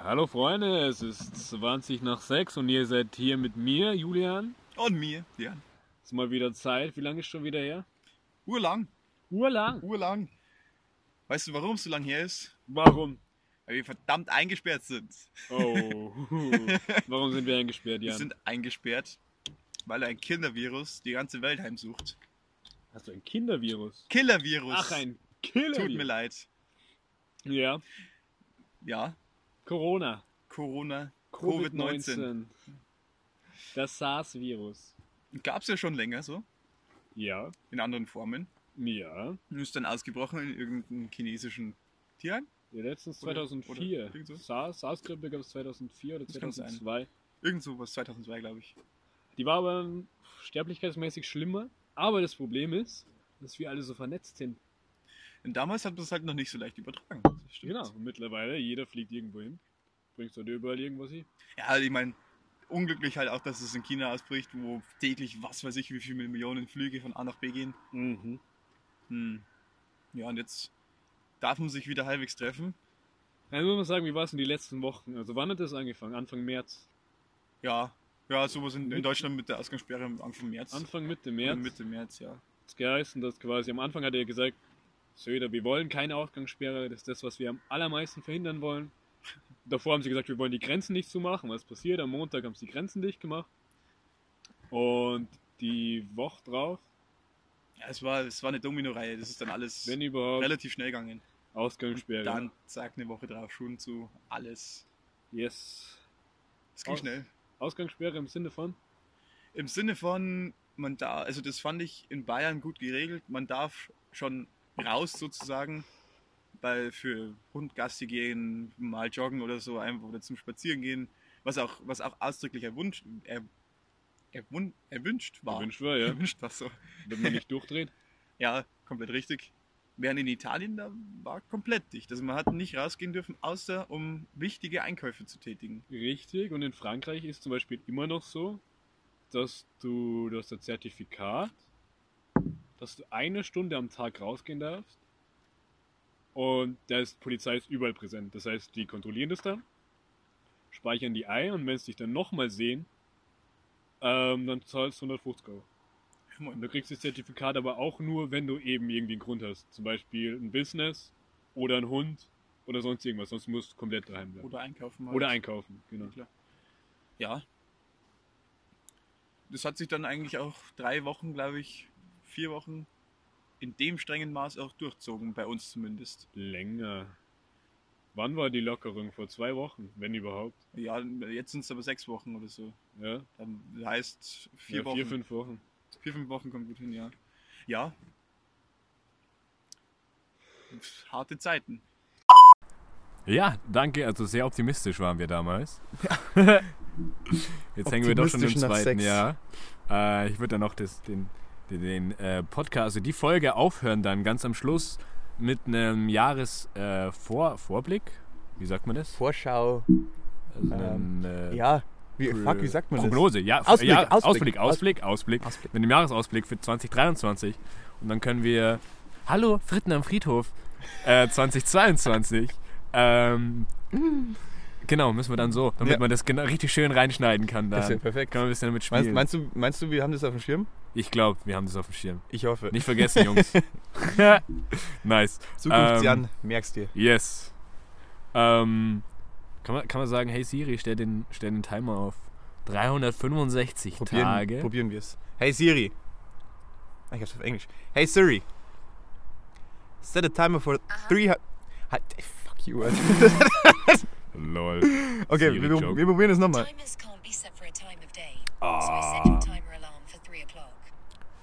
S3: Hallo Freunde, es ist 20 nach 6 und ihr seid hier mit mir, Julian.
S6: Und mir, ja.
S3: Ist mal wieder Zeit. Wie lange ist schon wieder her?
S6: Urlang,
S3: Urlang.
S6: urlang. Weißt du, warum es so lang her ist?
S3: Warum?
S6: Weil wir verdammt eingesperrt sind.
S3: Oh. Warum sind wir eingesperrt,
S6: Wir
S3: Jan?
S6: sind eingesperrt, weil ein Kindervirus die ganze Welt heimsucht.
S3: Hast du ein Kindervirus?
S6: Killervirus.
S3: Ach, ein Killervirus.
S6: Tut mir leid.
S3: Ja.
S6: Ja,
S3: Corona.
S6: Corona, Covid-19.
S3: Covid-19. Das SARS-Virus.
S6: Gab es ja schon länger so,
S3: Ja.
S6: in anderen Formen.
S3: Ja.
S6: Und ist dann ausgebrochen in irgendeinem chinesischen Tierheim.
S3: ja letztens
S6: Oder-
S3: 2004.
S6: oder irgend so.
S3: SARS, SARS-Grippe gab es 2004 oder
S6: Das kann sein.
S3: 2002.
S6: Irgend sowas, 2002, glaube ich.
S3: Die war aber ähm, sterblichkeitsmäßig schlimmer. Aber das Problem ist, dass wir alle so vernetzt sind.
S6: Und damals hat man es halt noch nicht so leicht übertragen. Das stimmt.
S3: Genau. Und mittlerweile, jeder fliegt irgendwo hin. Bringst du dir überall irgendwas hin?
S6: Ja, also ich meine, unglücklich halt auch, dass es in China ausbricht, wo täglich was weiß ich, wie viele Millionen Flüge von A nach B gehen.
S3: Mhm.
S6: Hm. Ja, und jetzt darf man sich wieder halbwegs treffen.
S3: Dann muss man sagen, wie war es denn die letzten Wochen? Also wann hat das angefangen? Anfang März.
S6: Ja, ja, sowas in, in Deutschland mit der Ausgangssperre am Anfang März.
S3: Anfang Mitte
S6: Oder
S3: März.
S6: Mitte März, ja.
S3: hat's geheißen, dass quasi am Anfang hat er gesagt, Söder, wir wollen keine Ausgangssperre, das ist das, was wir am allermeisten verhindern wollen. Davor haben sie gesagt, wir wollen die Grenzen nicht zumachen. Was passiert? Am Montag haben sie die Grenzen dicht gemacht. Und die Woche drauf,
S6: ja es, war, es war eine Domino-Reihe, das ist dann alles
S3: wenn überhaupt,
S6: relativ schnell gegangen.
S3: Ausgangssperre.
S2: Dann zack, eine Woche drauf, Schulen zu, alles.
S3: Yes.
S2: Es ging
S3: Aus-
S2: schnell.
S3: Ausgangssperre im Sinne von?
S2: Im Sinne von, man da, also das fand ich in Bayern gut geregelt, man darf schon raus sozusagen, weil für Hund Gassi gehen, mal joggen oder so, einfach oder zum Spazieren gehen, was auch, was auch ausdrücklich erwünscht, er, erwun, erwünscht war.
S3: Gewünscht war, ja.
S2: Erwünscht war so.
S3: Wenn man nicht durchdreht.
S2: Ja, komplett richtig. Während in Italien, da war komplett dicht. Also man hat nicht rausgehen dürfen, außer um wichtige Einkäufe zu tätigen.
S3: Richtig. Und in Frankreich ist zum Beispiel immer noch so, dass du, du hast ein Zertifikat, dass du eine Stunde am Tag rausgehen darfst. Und da ist die Polizei ist überall präsent. Das heißt, die kontrollieren das dann, speichern die ein und wenn sie dich dann nochmal sehen, ähm, dann zahlst du 150 Euro. Und du kriegst das Zertifikat aber auch nur, wenn du eben irgendwie einen Grund hast. Zum Beispiel ein Business oder ein Hund oder sonst irgendwas. Sonst musst du komplett daheim bleiben.
S2: Oder einkaufen. halt.
S3: Oder einkaufen, genau.
S2: Ja. Das hat sich dann eigentlich auch drei Wochen, glaube ich, vier Wochen in dem strengen Maß auch durchzogen, bei uns zumindest.
S3: Länger. Wann war die Lockerung? Vor zwei Wochen, wenn überhaupt.
S2: Ja, jetzt sind es aber sechs Wochen oder so.
S3: Ja,
S2: Dann heißt vier
S3: ja,
S2: Wochen.
S3: vier fünf Wochen.
S2: Vier, fünf Wochen kommt gut hin, ja. Ja. Pff, Harte Zeiten.
S1: Ja, danke. Also sehr optimistisch waren wir damals. Jetzt hängen wir doch schon im
S5: Optimistisch nach
S1: zweiten
S5: sechs.
S1: Jahr. Äh, ich würde dann noch das, den, den, den äh, Podcast, also die Folge aufhören dann ganz am Schluss mit einem Jahresvorblick. Äh, Vor Vorblick? wie sagt man das?
S5: Vorschau.
S1: Also
S5: Ähm,
S1: äh,
S5: Ja, wie,
S1: Pro-
S5: fuck, wie sagt man
S1: Prognose, ja,
S5: Ausblick,
S1: ja, Ausblick,
S5: Ausblick,
S1: Ausblick, Ausblick,
S5: Ausblick.
S1: Mit dem Jahresausblick für 2023. Und dann können wir, hallo Fritten am Friedhof äh, 2022. ähm, genau, müssen wir dann so, damit
S5: Ja.
S1: man das genau, richtig schön reinschneiden kann.
S5: das? Das ist ja
S1: Dann.
S5: perfekt.
S1: Können wir ein bisschen damit
S5: Meinst,
S1: spielen.
S5: meinst, du, meinst du, wir haben das auf dem Schirm?
S1: Ich glaube, wir haben das auf dem Schirm.
S5: Ich hoffe.
S1: Nicht vergessen, Jungs. nice. ähm,
S5: Zukunftsjan, merkst dir.
S1: Yes. Ähm, kann, man, kann man sagen, hey Siri, stell den, stell den Timer auf 365
S5: Probieren,
S1: Tage.
S5: probieren wir es. Hey Siri. Ah, Ich hab's auf Englisch. Hey Siri. Set a timer for 300. Halt, ey, fuck you, Alter.
S1: Lol.
S5: Okay,
S1: Siri
S5: wir,
S1: joke.
S5: wir probieren es nochmal.
S7: Timers can't be set for a time of day, so I set your timer alarm for 3 o'clock.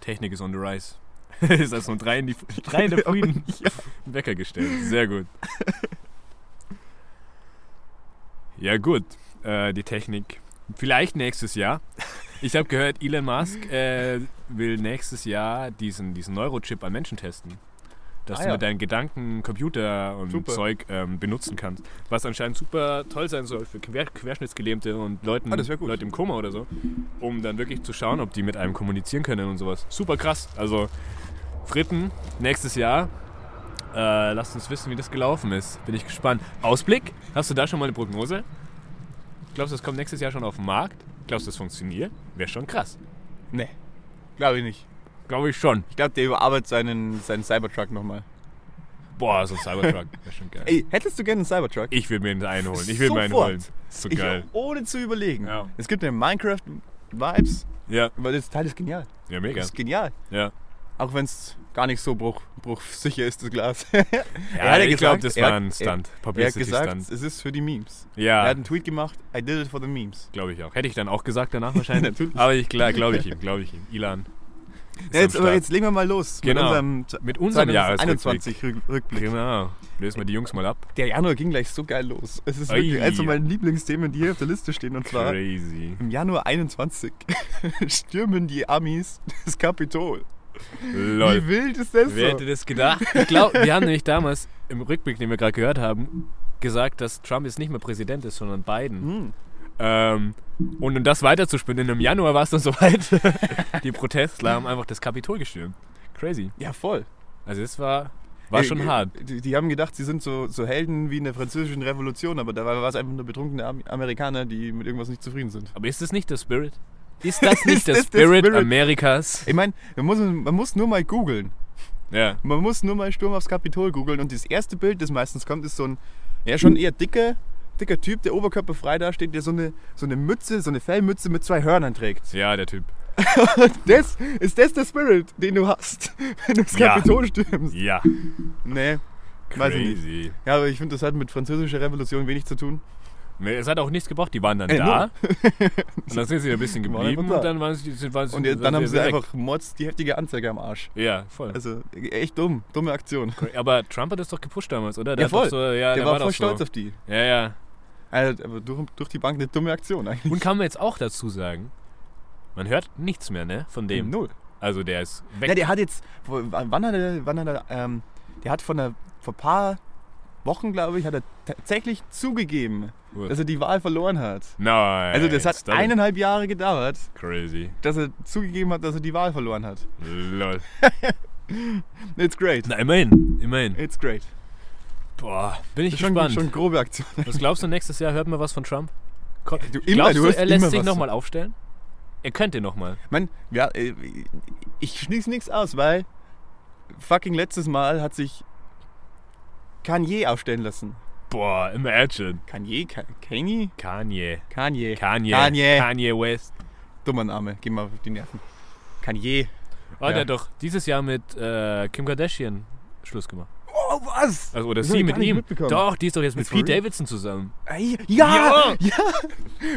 S1: Technik ist on the rise. ist das um drei in, die, drei in der Früh einen Wecker gestellt. Sehr gut. Ja gut, äh, die Technik. Vielleicht nächstes Jahr. Ich habe gehört, Elon Musk äh, will nächstes Jahr diesen, diesen Neurochip an Menschen testen. Dass
S5: Ah,
S1: du
S5: ja.
S1: mit deinen Gedanken, Computer und
S5: Super.
S1: Zeug ähm, benutzen kannst. Was anscheinend super toll sein soll für Quer Querschnittsgelähmte und Leuten,
S5: Ah, das wär gut.
S1: Leute im Koma oder so. Um dann wirklich zu schauen, ob die mit einem kommunizieren können und sowas. Super krass. Also Fritten, nächstes Jahr. Äh, lasst uns wissen, wie das gelaufen ist. Bin ich gespannt. Ausblick? Hast du da schon mal eine Prognose? Glaubst du, das kommt nächstes Jahr schon auf den Markt? Glaubst du, das funktioniert? Wäre schon krass.
S5: Nee, glaube ich nicht.
S1: Glaube ich schon.
S5: Ich glaube, der überarbeitet seinen, seinen Cybertruck nochmal.
S1: Boah, so ein Cybertruck. Wäre schon geil.
S5: Ey, hättest du gerne einen Cybertruck?
S1: Ich will mir einen einholen. Ich will mir einen
S5: Sofort.
S1: holen. Ist so
S5: Ich-
S1: geil.
S5: ohne zu überlegen.
S1: Ja.
S5: Es gibt eine Minecraft-Vibes,
S1: Ja,
S5: aber das Teil ist genial.
S1: ja,
S5: Das
S1: mega.
S5: ist genial.
S1: Ja.
S5: Auch wenn es gar nicht so bruch, bruchsicher ist, das Glas.
S1: Ja,
S5: hat
S1: ich glaube,
S5: gesagt,
S1: das
S5: er hat-
S1: war ein Stunt.
S5: Er hat gesagt,
S1: Publicity-Stunt.
S5: es ist für die Memes. Er
S1: Ja,
S5: hat einen Tweet gemacht, I did it for the memes.
S1: glaube ich auch. Hätte ich dann auch gesagt danach wahrscheinlich.
S5: Natürlich.
S1: Aber ich glaube ich ihm, glaube ich ihm. Ilan. ist
S5: Ja,
S1: am
S5: jetzt, aber
S1: Start.
S5: jetzt legen wir mal los
S1: Genau.
S5: mit unserem,
S1: Mit unserem Jahresrückblick.
S5: 21 Rückblick.
S1: Genau. Lösen wir die Jungs mal ab.
S5: Der Januar ging gleich so geil los. Es ist wirklich
S1: Ui.
S5: eins von meinen Lieblingsthemen, die hier auf der Liste stehen. Und zwar
S1: Crazy.
S5: im Januar 21 stürmen die Amis das Kapitol.
S1: Lol.
S5: Wie wild ist das
S1: Wer hätte
S5: so?
S1: das gedacht? Ich glaube, wir haben nämlich damals im Rückblick, den wir gerade gehört haben, gesagt, dass Trump jetzt nicht mehr Präsident ist, sondern Biden.
S5: Hm.
S1: Ähm, und um das weiterzuspinnen, im Januar war es dann soweit. die Protestler haben einfach das Kapitol gestürmt. Crazy.
S5: Ja, voll.
S1: Also das war, war
S5: Ey, äh,
S1: schon hart.
S5: Die, die haben gedacht, sie sind so, so Helden wie in der französischen Revolution, aber dabei war es einfach nur betrunkene Am Amerikaner, die mit irgendwas nicht zufrieden sind.
S1: Aber ist das nicht der Spirit? Ist das nicht
S5: Ist
S1: der,
S5: das der
S1: Spirit
S5: Spirit?
S1: Amerikas?
S5: Ich meine, man muss, man muss nur mal googeln.
S1: Ja.
S5: Man muss nur mal Sturm aufs Kapitol googeln und das erste Bild, das meistens kommt, ist so ein, ja schon eher dicker, dicker Typ, der oberkörperfrei da steht, der so eine, so eine Mütze, so eine Fellmütze mit zwei Hörnern trägt.
S1: Ja, der Typ.
S5: Das, ist das der Spirit, den du hast, wenn du das
S1: Ja.
S5: Kapitol stürmst?
S1: Ja.
S5: Nee, Weiß ich nicht.
S1: Crazy.
S5: Ja, aber ich finde, das hat mit französischer Revolution wenig zu tun.
S1: Nee, es hat auch nichts gebracht. Die waren dann
S5: Äh,
S1: da. Und dann sind sie ein bisschen
S5: Die waren
S1: geblieben
S5: einfach da.
S1: und dann waren sie. Sind, waren sie
S5: Und
S1: sind
S5: jetzt, dann haben sie
S1: weg.
S5: einfach Mods die heftige Anzeige am Arsch.
S1: Ja, voll.
S5: Also echt dumm, dumme Aktion.
S1: Aber Trump hat das doch gepusht damals, oder?
S5: Ja,
S1: hat doch
S5: voll.
S1: So, ja,
S5: der, war,
S1: doch
S5: voll stolz
S1: so.
S5: auf die.
S1: Ja, ja.
S5: Also, aber durch, durch die Bank eine dumme Aktion eigentlich.
S1: Und kann man jetzt auch dazu sagen, man hört nichts mehr, ne? Von dem.
S5: Null.
S1: Also der ist weg.
S5: Ja, der hat jetzt, wo- wann hat er, wann hat er, ähm, der hat vor, einer, vor ein paar Wochen, glaube ich, hat er tatsächlich zugegeben,
S1: Uah.
S5: dass er die Wahl verloren hat.
S1: Nein.
S5: Also das hat
S1: stop it.
S5: eineinhalb Jahre gedauert,
S1: Crazy.
S5: dass er zugegeben hat, dass er die Wahl verloren hat.
S1: Lol.
S5: It's great.
S1: Na, immerhin. Immerhin.
S5: It's great.
S1: Boah, bin ich
S5: Schon,
S1: gespannt.
S5: schon grobe Aktion.
S1: Was glaubst du, nächstes Jahr hört man was von Trump? Ko-
S5: du, immer,
S1: Glaubst
S5: du
S1: du,
S5: hörst
S1: er lässt
S5: immer
S1: sich
S5: was.
S1: nochmal aufstellen? Er könnte nochmal.
S5: Man, ja, äh, ich schließe nichts aus, weil fucking letztes Mal hat sich Kanye aufstellen lassen.
S1: Boah, imagine.
S5: Kanye? Ka- Kanye?
S1: Kanye.
S5: Kanye.
S1: Kanye.
S5: Kanye.
S1: Kanye West.
S5: Dummer Name, geh mal auf die Nerven. Kanye.
S1: Oh,
S5: Ja.
S1: der hat doch dieses Jahr mit äh, Kim Kardashian Schluss gemacht.
S5: Oh, was?
S1: Also, oder
S5: Das hab
S1: sie
S5: ich
S1: mit
S5: gar nicht
S1: ihm.
S5: mitbekommen.
S1: Doch, die ist doch jetzt mit
S5: Ist
S1: Pete
S5: for real?
S1: Davidson zusammen.
S5: Ey, ja! Ja!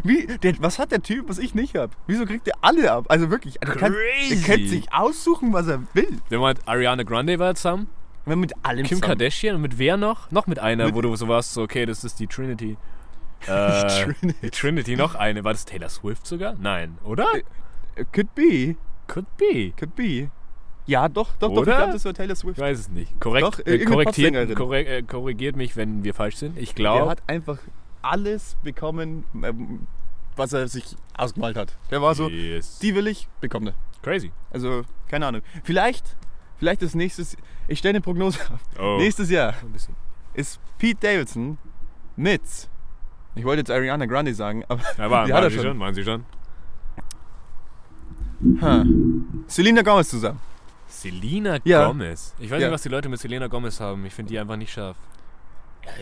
S5: Wie, der, was hat der Typ, was ich nicht hab? Wieso kriegt der alle ab? Also wirklich, der kann, der
S1: Crazy.
S5: kann sich aussuchen, was er will.
S1: Der hat Ariana Grande war zusammen.
S5: Wenn mit allem
S1: Kim
S5: zusammen.
S1: Kardashian und mit wer noch? Noch mit einer,
S5: Mit-
S1: wo du so warst, so, okay, das ist die Trinity. Äh,
S5: Trinity.
S1: die Trinity, noch eine. War das Taylor Swift sogar? Nein, oder?
S5: Äh, Could be,
S1: Could be.
S5: could be. Ja, doch, doch, doch. Ich
S1: Oder?
S5: glaube, das war Taylor
S1: Ich
S5: Swift.
S1: weiß es nicht. Korrekt,
S5: Doch,
S1: äh,
S5: irgendeine
S1: korrektiert,
S5: Popsängerin.
S1: korrekt, äh, korrigiert mich, wenn wir falsch sind. Ich
S5: Der
S1: glaube.
S5: hat einfach alles bekommen, ähm, was er sich ausgemalt hat. Der war so,
S1: Yes.
S5: die will ich, bekommt er.
S1: Crazy.
S5: Also, keine Ahnung. Vielleicht, vielleicht ist nächstes, ich stelle eine Prognose auf.
S1: Oh.
S5: Nächstes Jahr
S1: Ein bisschen.
S5: ist Pete Davidson mit, ich wollte jetzt Ariana Grande sagen, aber
S1: Ja, war,
S5: die
S1: waren
S5: hat er
S1: sie schon,
S5: schon.
S1: waren sie schon.
S5: Selena Gomez zusammen.
S1: Selena
S5: Ja.
S1: Gomez. Ich weiß
S5: Ja.
S1: nicht, was die Leute mit Selena Gomez haben. Ich finde die einfach nicht scharf.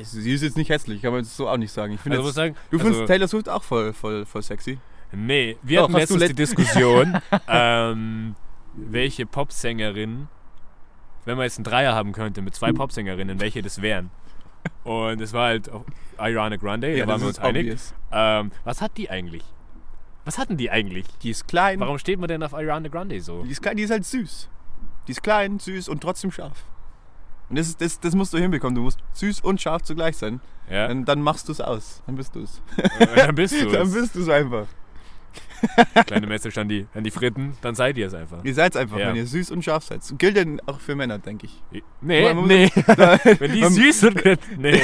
S5: Sie ist jetzt nicht hässlich, kann man jetzt so auch nicht sagen. Ich find
S1: Also, muss
S5: jetzt,
S1: sagen,
S5: du findest
S1: also,
S5: Taylor Swift auch voll, voll, voll sexy.
S1: Nee, wir
S5: Doch,
S1: hatten
S5: hast du
S1: letztens die
S5: let-
S1: Diskussion, ähm, welche Popsängerin, wenn man jetzt einen Dreier haben könnte mit
S5: Hm.
S1: zwei Popsängerinnen, welche das wären. Und es war halt auch Ariana Grande, da waren wir uns einig.
S5: obvious.
S1: Ähm, was hat die eigentlich? Was hatten die eigentlich?
S5: Die ist klein,
S1: Warum steht man denn auf Ariana Grande so?
S5: Die ist, klein, die ist halt süß. Die ist klein, süß und trotzdem scharf. Und das, ist, das, das musst du hinbekommen. Du musst süß und scharf zugleich sein.
S1: Ja,
S5: Dann, dann machst du es aus. Dann bist du es.
S1: dann bist du
S5: Dann
S1: es.
S5: bist du es einfach.
S1: Kleine Message an die, an die Fritten, dann seid ihr es einfach.
S5: Ihr seid es einfach,
S1: Ja.
S5: wenn ihr süß und scharf seid. Gilt denn auch für Männer, denke ich.
S1: Nee,
S5: Man muss-
S1: nee. Wenn die süß und... Nee,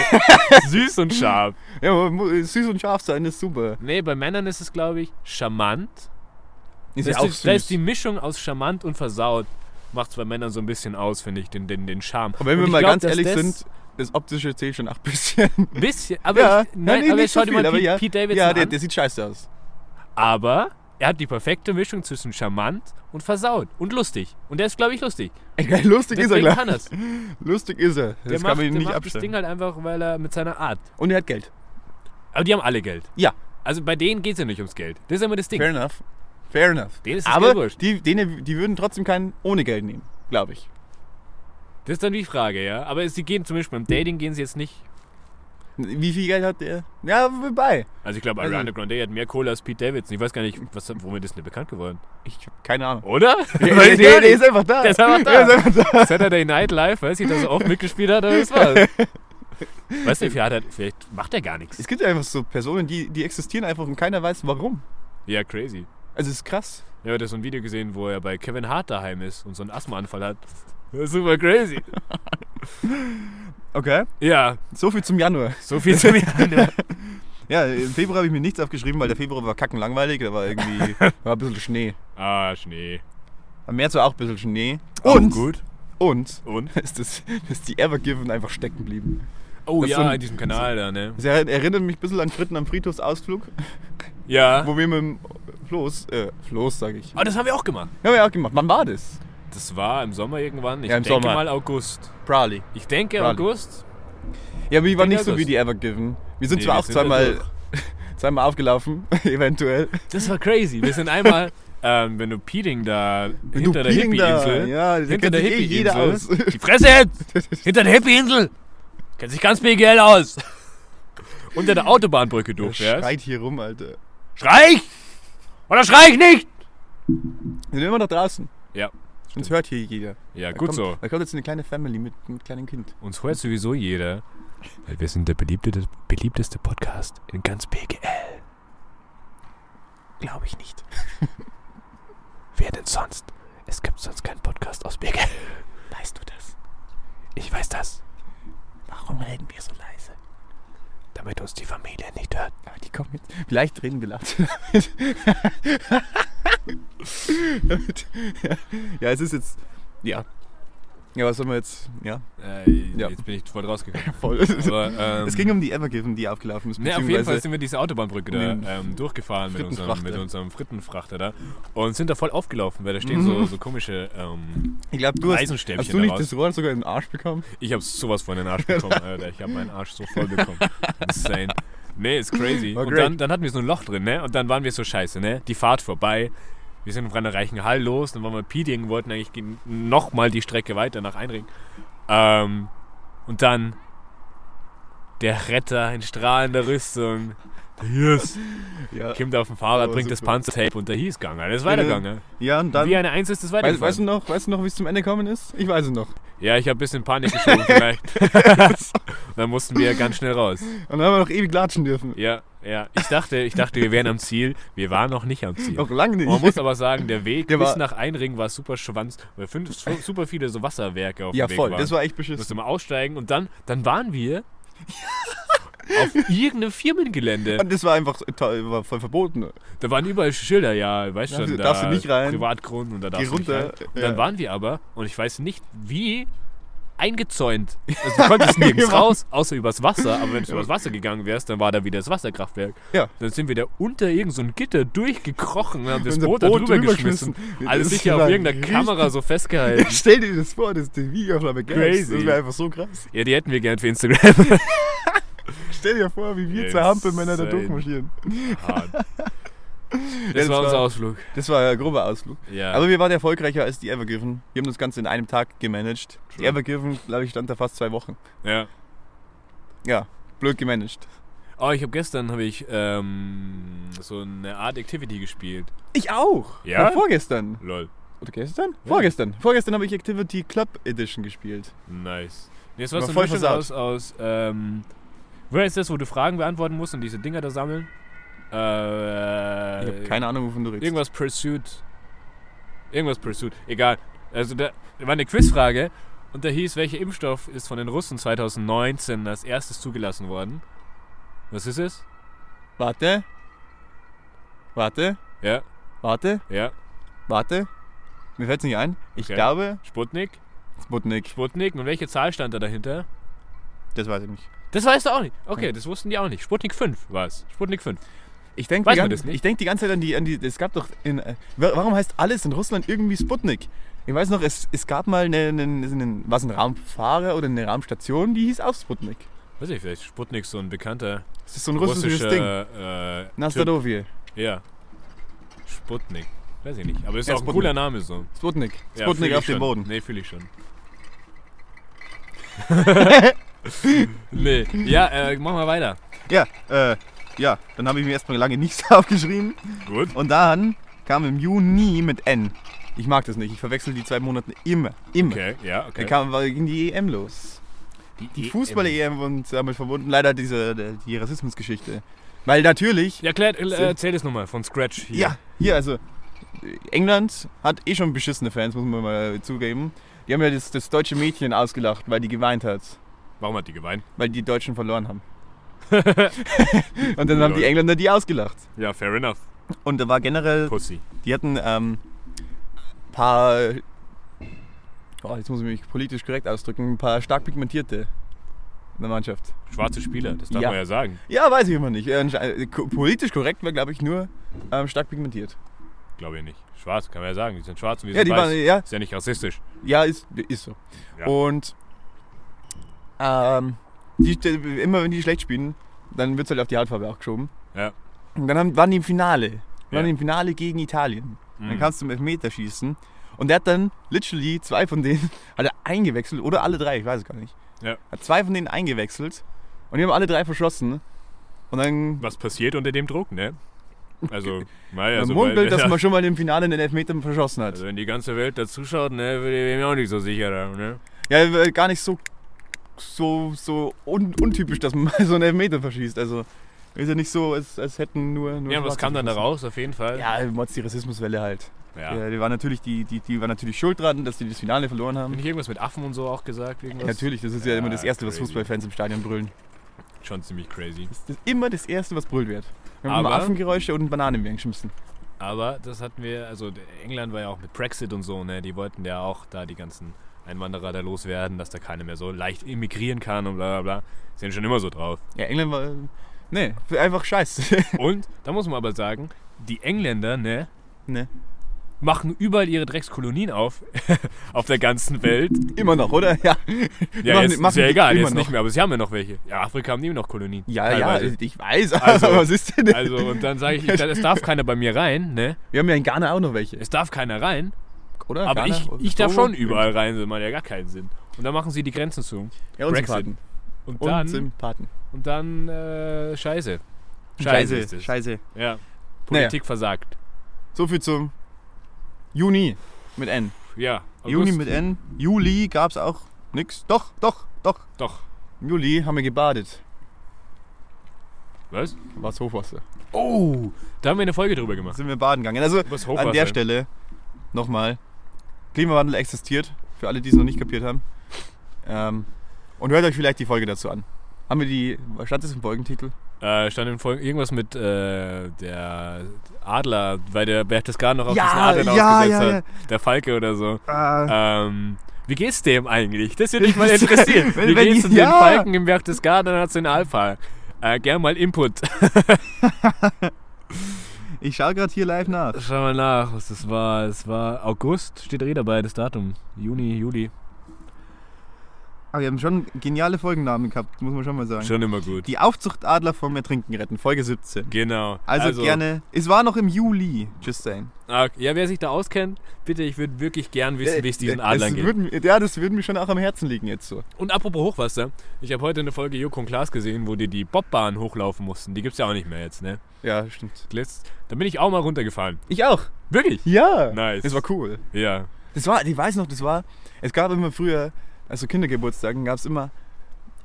S1: süß und scharf.
S5: Ja, man mu- süß und scharf sein ist super.
S1: Nee, bei Männern ist es, glaube ich, charmant.
S5: Ist
S1: Da ist
S5: ja auch
S1: die- Da
S5: süß.
S1: ist die Mischung aus charmant und versaut. Macht bei Männern so ein bisschen aus, finde ich, den, den, den Charme.
S5: Aber wenn
S1: Und
S5: wir
S1: ich
S5: mal
S1: glaub,
S5: ganz
S1: dass
S5: ehrlich
S1: das
S5: sind, das Optische zählt schon auch ein bisschen.
S1: Ein bisschen, aber,
S5: ja,
S1: ich, nein,
S5: nee,
S1: aber jetzt
S5: nicht
S1: schau
S5: so
S1: dir
S5: viel,
S1: mal
S5: aber
S1: Pete,
S5: ja.
S1: Pete Davidson
S5: Ja, der,
S1: an.
S5: der sieht scheiße aus.
S1: Aber er hat die perfekte Mischung zwischen charmant und versaut und lustig. Und der ist, glaube ich, lustig.
S5: Egal, lustig ist er,
S1: Deswegen
S5: klar.
S1: kann er's. Der
S5: Lustig ist er. Das
S1: macht,
S5: kann man ihm
S1: der
S5: nicht
S1: macht das Ding
S5: abstellen.
S1: halt einfach, weil er mit seiner Art.
S5: Und er hat Geld.
S1: Aber die haben alle Geld.
S5: Ja.
S1: Also bei denen geht es ja nicht ums Geld. Das ist immer das Ding.
S5: Fair enough. Fair enough.
S1: Denen ist das Geld
S5: Aber
S1: wurscht.
S5: die, denen, die würden trotzdem keinen ohne Geld nehmen, glaube ich.
S1: Das ist dann die Frage, ja. Aber es- sie gehen zum Beispiel
S5: Hm.
S1: beim Dating gehen sie jetzt nicht.
S5: Wie viel Geld hat der? Ja, wobei.
S1: Also ich glaube,
S5: Also-
S1: Ariana Grande hat mehr Kohle als Pete Davidson. Ich weiß gar nicht, was, womit ist denn bekannt geworden?
S5: Ich habe keine Ahnung.
S1: Oder?
S5: Der,
S1: Weiß
S5: der,
S1: ich
S5: der,
S1: auch nicht.
S5: ist einfach da.
S1: Der ist einfach da.
S5: Der ist einfach da.
S1: Saturday Night Live, weiß ich, dass er oft mitgespielt hat, aber das war's. Weißt du, vielleicht, hat er- vielleicht macht er gar nichts.
S5: Es gibt ja einfach so Personen, die, die existieren einfach und keiner weiß warum.
S1: Ja, crazy.
S5: Also es ist krass.
S1: Ich habe da so ein Video gesehen, wo er bei Kevin Hart daheim ist und so einen Asthmaanfall hat. Das ist super crazy.
S5: Okay.
S1: Ja,
S5: So viel zum Januar.
S1: so viel zu mir.
S5: Ja, im Februar habe ich mir nichts aufgeschrieben, weil der Februar war kackenlangweilig. Da war irgendwie war ein bisschen Schnee.
S1: Ah, Schnee.
S5: Am März war auch ein bisschen Schnee.
S1: Auch
S5: Und,
S1: gut.
S5: und
S1: Und?
S5: ist, das, ist die Evergiven einfach stecken geblieben.
S1: Oh
S5: Das ist
S1: ja,
S5: so ein-
S1: in diesem Kanal da, ne?
S5: Das erinnert mich ein bisschen an Fritten am Friedhofsausflug.
S1: Ja.
S5: wo wir mit dem Floß, äh, Floß sage ich.
S1: Ah, das haben wir auch gemacht.
S5: Haben wir auch gemacht. Wann war das?
S1: Das war im Sommer irgendwann. Ich
S5: Ja, im
S1: denke
S5: Sommer.
S1: mal August.
S5: Prali.
S1: Ich denke
S5: Raleigh.
S1: August.
S5: Ja, aber ich war
S1: Ende
S5: nicht so wie
S1: August.
S5: die Evergiven. Wir sind
S1: Nee,
S5: zwar
S1: wir
S5: auch
S1: sind
S5: zweimal,
S1: da
S5: zweimal aufgelaufen, eventuell.
S1: Das war crazy. Wir sind einmal, ähm, wenn du Peeling da hinter der
S5: Peeling da,
S1: Hippie-Insel,
S5: ja, da
S1: hinter
S5: kennt
S1: der
S5: sich eh
S1: Hippie-Insel,
S5: jeder aus.
S1: die Fresse jetzt! hinter der Hippie-Insel, Kennt sich ganz BGL aus. Unter der Autobahnbrücke durchfährst.
S5: Schreit hier rum, Alter.
S1: Schrei! Oder schrei ich nicht!
S5: Wir sind immer noch draußen.
S1: Ja.
S5: Uns hört hier jeder.
S1: Ja,
S5: Da
S1: gut
S5: kommt,
S1: so.
S5: Da kommt jetzt eine kleine Family mit einem kleinen Kind.
S1: Uns hört sowieso jeder. Weil wir sind der beliebteste, beliebteste Podcast in ganz BGL. Glaube ich nicht. Wer denn sonst? Es gibt sonst keinen Podcast aus BGL.
S5: Weißt du das?
S1: Ich weiß das,
S5: Warum reden wir so leise?
S1: damit uns die Familie nicht hört.
S5: Aber die kommen jetzt. Vielleicht reden wir laut. ja, es ist jetzt. Ja. Ja, was soll man jetzt. Ja,
S1: Äh,
S5: Ja.
S1: Jetzt bin ich voll rausgegangen.
S5: voll.
S1: Aber, ähm,
S5: es ging um die Evergiven, die abgelaufen ist.
S1: Nee, Ne, auf jeden Fall
S5: beziehungsweise-
S1: sind wir diese Autobahnbrücke da
S5: Den
S1: ähm, durchgefahren mit unserem,
S5: Frittenfrachter.
S1: mit unserem Frittenfrachter da und sind da voll aufgelaufen, weil da stehen so,
S5: Mhm.
S1: so komische ähm,
S5: Ich glaube, du hast.
S1: Eisenstäbchen
S5: Hast du nicht
S1: daraus.
S5: das Rohr sogar in den Arsch bekommen?
S1: Ich habe sowas von in den Arsch bekommen, Alter. Ich habe meinen Arsch so voll bekommen. Insane. Nee, ist crazy.
S5: War
S1: und
S5: great.
S1: dann, dann hatten wir so ein Loch drin, ne? Und dann waren wir so scheiße, ne? Die Fahrt vorbei. Wir sind von einer reichen Hall los, dann waren wir Peeding, wollten eigentlich nochmal die Strecke weiter nach Einring. Ähm, und dann der Retter in strahlender Rüstung. Yes.
S5: Ja.
S1: Kommt auf dem Fahrrad,
S5: Aber
S1: bringt das
S5: super.
S1: Panzertape und der hieß Gang. Alter. ist weitergegangen.
S5: Ja, und dann.
S1: Wie eine Eins ist es
S5: Weißt,
S1: weitergegangen.
S5: weißt, du noch, weißt du noch, wie es zum Ende gekommen ist? Ich weiß es noch.
S1: ja, ich habe ein bisschen Panik geschoben vielleicht. Und dann mussten wir ganz schnell raus.
S5: Und dann haben wir noch ewig latschen dürfen.
S1: Ja, ja. Ich dachte, ich dachte, wir wären am Ziel. Wir waren noch nicht am Ziel.
S5: Noch lange nicht.
S1: Man muss aber sagen, der Weg
S5: Der
S1: bis
S5: war-
S1: nach Einring war super schwanz, weil fünf, so- super viele so Wasserwerke auf
S5: ja,
S1: dem Weg
S5: voll.
S1: waren.
S5: Das war echt
S1: Wir
S5: beschissen.
S1: mussten mal aussteigen und dann, dann waren wir auf irgendeinem Firmengelände.
S5: Und das war einfach toll, war voll verboten.
S1: Da waren überall Schilder, ja, weißt
S5: Darfst
S1: schon,
S5: du- darfst
S1: da
S5: du nicht rein.
S1: Privatgrund und da darfst du
S5: runter,
S1: nicht rein. Und dann
S5: ja.
S1: waren wir aber, und ich weiß nicht wie, eingezäunt. Also du konntest nirgends raus, außer übers Wasser, aber wenn du übers Wasser gegangen wärst, dann war da wieder das Wasserkraftwerk.
S5: Ja.
S1: Dann sind wir da unter irgendein so ein Gitter durchgekrochen und haben das
S5: Unser
S1: Boot da
S5: Boot
S1: drüber
S5: drübergeschmissen.
S1: geschmissen. Alles
S5: Das
S1: sicher
S5: war
S1: auf irgendeiner
S5: richtig-
S1: Kamera so festgehalten.
S5: Stell dir das vor, das ist die Videoaufnahme
S1: Crazy.
S5: Das wäre einfach so krass.
S1: Ja, die hätten wir gern für Instagram.
S5: Stell dir vor, wie wir
S1: Insane.
S5: zwei Hampelmänner da durchmarschieren.
S1: Hart. Das
S5: das
S1: war unser
S5: war-
S1: Ausflug.
S5: Das war ein grober Ausflug.
S1: Ja.
S5: Aber wir waren erfolgreicher als die Evergiven. Wir haben das Ganze in einem Tag gemanagt. Die
S1: True.
S5: Evergiven, glaube ich, stand da fast zwei Wochen.
S1: ja.
S5: Ja, blöd gemanagt.
S1: Oh, ich habe gestern habe ich ähm, so eine Art Activity gespielt.
S5: Ich auch.
S1: Ja?
S5: Na, vorgestern.
S1: Lol.
S5: Oder gestern? Vorgestern. Vorgestern habe ich Activity Club Edition gespielt.
S1: Nice. Nee, es war
S5: War
S1: so ein
S5: voll
S1: Mischung
S5: versaut.
S1: aus, aus ähm, Wer ist das, wo du Fragen beantworten musst und diese Dinger da sammeln? Äh,
S5: Ich habe keine Ahnung, wovon du redest.
S1: Irgendwas Pursuit. Irgendwas Pursuit. Egal. Also da war eine Quizfrage und da hieß, welcher Impfstoff ist von den Russen 2019 als erstes zugelassen worden? Was ist es?
S5: Warte. Warte.
S1: Ja,
S5: Warte.
S1: ja.
S5: Warte. Mir fällt es nicht ein. Ich
S1: Okay.
S5: glaube,
S1: Sputnik?
S5: Sputnik.
S1: Sputnik. Und welche Zahl stand da dahinter?
S5: Das weiß ich nicht.
S1: Das weißt du auch nicht. Okay, das wussten die auch nicht. Sputnik 5 war es. Sputnik 5.
S5: Ich denke
S1: Weiß
S5: die,
S1: man
S5: gan-
S1: das nicht?
S5: ich denk die ganze Zeit an die, an die. Es gab doch. In, äh, wa- warum heißt alles in Russland irgendwie Sputnik? Ich weiß noch, es, es gab mal ne, einen. einen, einen was, ein Raumfahrer oder eine Raumstation, die hieß auch Sputnik.
S1: Weiß ich, vielleicht ist Sputnik so ein bekannter
S5: Das ist so ein russisches
S1: russischer
S5: Ding.
S1: Äh, typ.
S5: Nastarovie.
S1: Ja. Sputnik. Weiß ich nicht. Aber ist
S5: Ja,
S1: auch ein
S5: Sputnik.
S1: cooler Name so.
S5: Sputnik.
S1: Ja,
S5: Sputnik
S1: fühl ich
S5: auf dem
S1: schon.
S5: Boden.
S1: Nee, fühle ich schon. nee. Ja, äh, machen wir weiter.
S5: Ja, äh, ja, dann habe ich mir erstmal lange nichts aufgeschrieben.
S1: Gut.
S5: Und dann kam im Juni mit N. Ich mag das nicht, ich verwechsel die zwei Monate immer, immer.
S1: Okay, ja, okay.
S5: Dann kam, war- ging die EM los. Die E Fußball-EM und damit verbunden leider diese, der- die Rassismusgeschichte. Weil natürlich,
S1: Ja, klär, äh, erzähl das nochmal von Scratch. Hier.
S5: ja, hier also, England hat eh schon beschissene Fans, muss man mal zugeben. Die haben ja das, das deutsche Mädchen ausgelacht, weil die geweint hat.
S1: Warum hat die geweint?
S5: Weil die Deutschen verloren haben. und dann haben die
S1: Lol.
S5: Engländer die ausgelacht.
S1: Ja, fair enough.
S5: Und da war generell
S1: Pussy.
S5: Die hatten ähm, paar. Oh, jetzt muss ich mich politisch korrekt ausdrücken. Ein paar stark pigmentierte in der Mannschaft.
S1: Schwarze Spieler, das darf
S5: Ja.
S1: man ja sagen.
S5: Ja, weiß ich immer nicht. Äh, anschei- ko- Politisch korrekt war, glaube ich, nur ähm, stark pigmentiert.
S1: Glaube ich nicht. Schwarz, kann man ja sagen. Die sind schwarz und wir
S5: Ja,
S1: sind
S5: die
S1: weiß.
S5: waren, ja,
S1: Ist ja nicht rassistisch.
S5: ja ist, ist so.
S1: Ja.
S5: Und ähm, die, die- immer wenn die schlecht spielen, dann wird es halt auf die Hautfarbe auch geschoben.
S1: Ja.
S5: Und dann haben, waren die im Finale.
S1: Ja.
S5: Waren die im Finale gegen Italien. Dann
S1: Mhm.
S5: kam es zum Elfmeterschießen. Und der hat dann literally zwei von denen hat er eingewechselt oder alle drei, ich weiß es gar nicht.
S1: Ja.
S5: Hat zwei von denen eingewechselt und die haben alle drei verschossen. Und dann
S1: Was passiert unter dem Druck, ne? Also, naja,
S5: man
S1: so
S5: munkelt,
S1: weil-
S5: dass man schon mal im Finale den Elfmeter verschossen hat.
S1: Also, wenn die ganze Welt dazuschaut, ne, würde ich mir auch nicht so sicher haben, ne?
S5: Ja, w- gar nicht so, so, so un, untypisch, dass man mal so einen Elfmeter verschießt. Also ist ja nicht so, als, als hätten nur, nur
S1: Ja, was
S5: Schwarze
S1: kam dann da
S5: verschossen.
S1: raus, auf jeden Fall?
S5: Ja, äh, Mods die Rassismuswelle halt.
S1: Ja.
S5: Ja. die, waren natürlich, die, die, die waren natürlich schuld dran, dass die das Finale verloren
S1: Hab
S5: haben.
S1: ich irgendwas mit Affen und so auch gesagt? Irgendwas?
S5: Natürlich, das ist ja,
S1: Ja,
S5: immer das Erste, was
S1: crazy.
S5: Fußballfans im Stadion brüllen.
S1: Schon ziemlich crazy.
S5: Das ist immer das Erste, was brüllt wird. Wir haben
S1: Aber-
S5: immer Affengeräusche und Bananen im schmissen.
S1: Aber das hatten wir, also d- England war ja auch mit Brexit und so, ne? Die wollten ja auch da die ganzen Einwanderer da loswerden, dass da keiner mehr so leicht emigrieren kann und bla bla bla. Sind schon immer so drauf.
S5: Ja, England war. Nee, einfach scheiße.
S1: Und da muss man aber sagen, die Engländer, ne?
S5: Ne.
S1: Machen überall ihre Dreckskolonien auf, auf der ganzen Welt.
S5: immer noch, oder? Ja.
S1: Ja,
S5: Machen-
S1: jetzt, ist
S5: machen
S1: ja
S5: die
S1: egal,
S5: immer
S1: jetzt nicht
S5: noch.
S1: mehr, aber sie haben ja noch welche. Ja, Afrika haben immer noch Kolonien.
S5: Ja,
S1: teilweise.
S5: ja, ich weiß,
S1: Also-
S5: aber was ist denn?
S1: Also, und dann sage ich, es darf keiner bei mir rein, ne?
S5: Wir haben ja in Ghana auch noch welche,
S1: Es darf keiner rein,
S5: oder?
S1: aber
S5: Ghana,
S1: ich, ich darf
S5: Togo?
S1: schon überall rein, das macht ja gar keinen Sinn. Und dann machen sie die Grenzen zu.
S5: Ja, und
S1: Brexit.
S5: Sympathen.
S1: Und
S5: Und
S1: dann,
S5: Sympathen.
S1: und dann äh, Scheiße. ist
S5: Scheiße,
S1: es.
S5: scheiße.
S1: Ja, Politik versagt.
S5: So viel zum Juni mit N.
S1: Ja, August,
S5: Juni mit N. Juli gab es auch nix. Doch, doch, doch.
S1: Doch,
S5: Im Juli haben wir gebadet.
S1: was?
S5: War es Hochwasser.
S1: Oh, da haben wir eine Folge drüber
S5: Da
S1: gemacht.
S5: sind wir baden gegangen. Also
S1: Was
S5: an der Stelle nochmal. Klimawandel existiert, für alle, die es noch nicht kapiert haben. Ähm, und hört euch vielleicht die Folge dazu an. Haben wir die, was stand das im Folgentitel?
S1: Äh, stand in Folge irgendwas mit äh, der Adler, weil der Berchtesgaden noch auf
S5: Ja,
S1: diesen Adler
S5: ja,
S1: ausgesetzt
S5: ja,
S1: hat. Der Falke oder so.
S5: Äh,
S1: Ähm, wie geht's dem eigentlich? Das würde mich mal
S5: Das-
S1: interessieren.
S5: wenn-
S1: Wie
S5: wenn
S1: geht's
S5: die-
S1: um den
S5: ja.
S1: Falken im Berchtesgadener Nationalpark? Äh, gern mal Input.
S5: ich schaue gerade hier live nach.
S1: Schau mal nach, was das war. Es war August, steht eh dabei, das Datum. Juni, Juli.
S5: Aber Ah, wir haben schon geniale Folgennamen gehabt, muss man schon mal sagen.
S1: Schon immer gut.
S5: Die Aufzuchtadler vom Ertrinken retten, Folge 17.
S1: Genau.
S5: Also, gerne. Es war noch im Juli, just saying.
S1: Ah, Ja, wer sich da auskennt, bitte, ich würde wirklich gern
S5: Äh,
S1: wissen, wie es diesen Adlern
S5: das
S1: geht.
S5: würd mir- Ja, das würde mir schon auch am Herzen liegen jetzt so.
S1: Und apropos Hochwasser, ich habe heute eine Folge Joko und Klaas gesehen, wo die die Bobbahn hochlaufen mussten. Die gibt's ja auch nicht mehr jetzt, ne?
S5: Ja, stimmt.
S1: Letzt, da bin ich auch mal runtergefahren.
S5: Ich auch.
S1: Wirklich?
S5: Ja.
S1: Nice.
S5: Das war cool.
S1: Ja.
S5: Das war, ich weiß noch, das war, es gab immer früher, also Kindergeburtstagen, gab es immer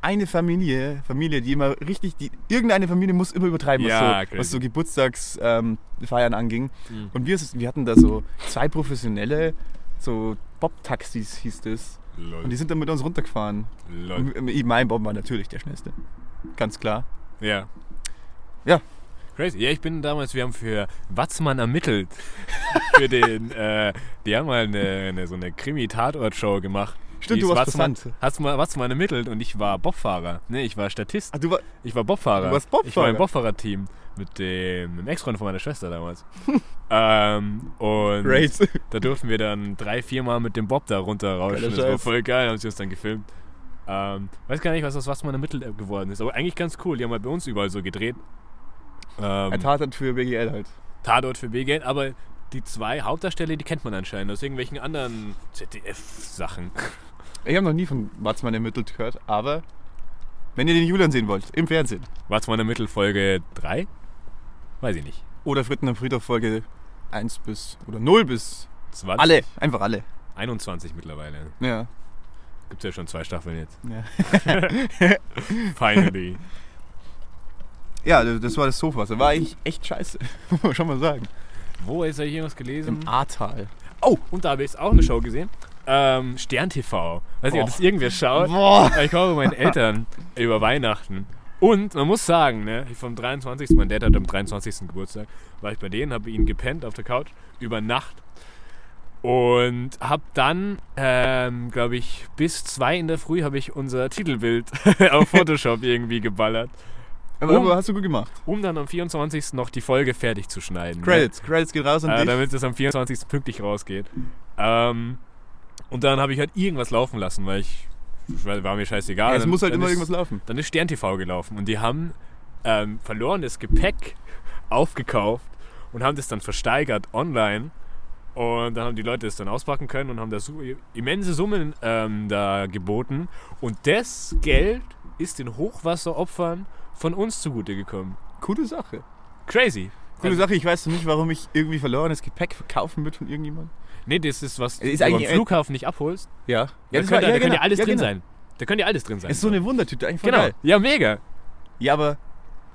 S5: eine Familie, Familie, die immer richtig, die, irgendeine Familie muss immer übertreiben, was,
S1: Ja,
S5: so,
S1: crazy.
S5: was so Geburtstagsfeiern ähm, Feiern anging.
S1: Mhm.
S5: Und wir, wir hatten da so zwei professionelle, so Bob-Taxis hieß das.
S1: Lol.
S5: Und die sind dann mit uns runtergefahren.
S1: Lol.
S5: Und äh, ich- Mein Bob war natürlich der schnellste. Ganz klar.
S1: Ja.
S5: Ja.
S1: Crazy. Ja, ich bin damals, wir haben für Watzmann ermittelt. für den, äh, die haben mal eine, eine, so eine Krimi-Tatort-Show gemacht.
S5: Stimmt,
S1: Hieß
S5: du warst
S1: Watzmann,
S5: brisant.
S1: Watzmann, Watzmann ermittelt und ich war Bobfahrer. Ne, ich war Statist.
S5: Ah, du war,
S1: Ich war Bobfahrer.
S5: Du warst Bobfahrer.
S1: Ich war im Bobfahrer-Team mit dem, dem Ex-Freund von meiner Schwester damals. ähm, und
S5: great.
S1: da durften wir dann drei, viermal mit dem Bob da runterrauschen.
S5: Geiler
S1: Das war
S5: Scheiß.
S1: voll geil, haben sie uns dann gefilmt. Ähm, weiß gar nicht, was das Watzmann ermittelt geworden ist, aber eigentlich ganz cool. Die haben halt bei uns überall so gedreht. Ähm,
S5: Ein Tatort für BGL halt.
S1: Tatort für B-Geld, aber die zwei Hauptdarsteller, die kennt man anscheinend aus irgendwelchen anderen ZDF-Sachen.
S5: Ich habe noch nie von Watzmann ermittelt gehört, aber wenn ihr den Julian sehen wollt, im Fernsehen.
S1: Watzmann ermittelt Folge 3? Weiß ich nicht.
S5: Oder Fritten am Friedhof Folge 1 bis oder 0 bis.
S1: 20,
S5: Alle, einfach alle.
S1: 21 mittlerweile.
S5: Ja.
S1: Gibt es ja schon zwei Staffeln jetzt.
S5: Ja.
S1: Finally.
S5: Ja, das war das Hochwasser. War eigentlich echt scheiße. Muss man schon mal sagen.
S1: Wo ist er hier was gelesen?
S5: Ahrtal.
S1: Oh, und da habe ich auch eine Show gesehen. Ähm, Stern TV. Weiß nicht, ob das irgendwer schaut.
S5: Boah.
S1: Ich war bei meinen Eltern über Weihnachten. Und man muss sagen, ne, ich vom 23. Mein Dad hat am 23. Geburtstag, war ich bei denen, habe ihn gepennt auf der Couch über Nacht und habe dann, ähm, glaube ich, bis zwei in der Früh habe ich unser Titelbild auf Photoshop irgendwie geballert,
S5: Aber,
S1: Um.
S5: aber hast du gut gemacht.
S1: um dann am 24. noch die Folge fertig zu schneiden. ne.
S5: Credits. Credits geht raus an
S1: äh,
S5: dich.
S1: damit es am 24. pünktlich rausgeht. Ähm, und dann habe ich halt irgendwas laufen lassen, weil ich, weil war mir scheißegal.
S5: Ja, es
S1: Dann-
S5: muss halt
S1: dann
S5: immer
S1: ist,
S5: irgendwas laufen.
S1: Dann ist Stern TV gelaufen und die haben ähm, verlorenes Gepäck aufgekauft und haben das dann versteigert online Und dann haben die Leute das dann auspacken können und haben da so immense Summen ähm, da geboten. Und das Geld ist den Hochwasseropfern von uns zugute gekommen.
S5: Coole Sache.
S1: Crazy.
S5: Coole Sache, ich weiß noch nicht, warum ich irgendwie verlorenes Gepäck verkaufen wird von irgendjemandem.
S1: Nee, das ist was,
S5: Ist
S1: du am
S5: eigentlich-
S1: Flughafen nicht abholst.
S5: Ja.
S1: Da
S5: das
S1: könnte,
S5: war-
S1: da könnte
S5: genau.
S1: ja alles
S5: Ja,
S1: drin
S5: genau.
S1: sein. Da könnte ja alles drin sein.
S5: Es ist so eine Wundertüte, eigentlich voll
S1: genau.
S5: geil.
S1: Ja, mega.
S5: Ja, aber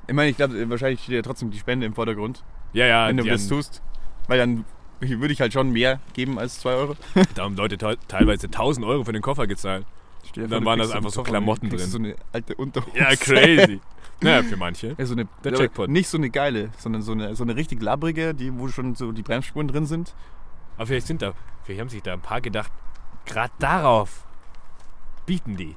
S5: ich meine, ich glaube, wahrscheinlich steht ja trotzdem die Spende im Vordergrund,
S1: Ja, ja.
S5: wenn du
S1: die
S5: das
S1: haben-
S5: tust. Weil dann würde ich halt schon mehr geben als 2 Euro.
S1: Da haben Leute teu- teilweise 1000 Euro für den Koffer gezahlt.
S5: Stell dir
S1: Dann
S5: vor, du
S1: waren das
S5: kriegst einen
S1: einfach so
S5: Koffer
S1: Klamotten
S5: und kriegst
S1: drin.
S5: So eine alte Unterhose.
S1: Ja, crazy. naja, für manche.
S5: Ja, so eine,
S1: Der
S5: aber
S1: Jackpot.
S5: Nicht so eine geile, sondern so eine, so eine richtig labrige, die, wo schon so die Bremsspuren drin sind.
S1: Aber vielleicht sind da, vielleicht haben sich da ein paar gedacht, gerade darauf bieten die.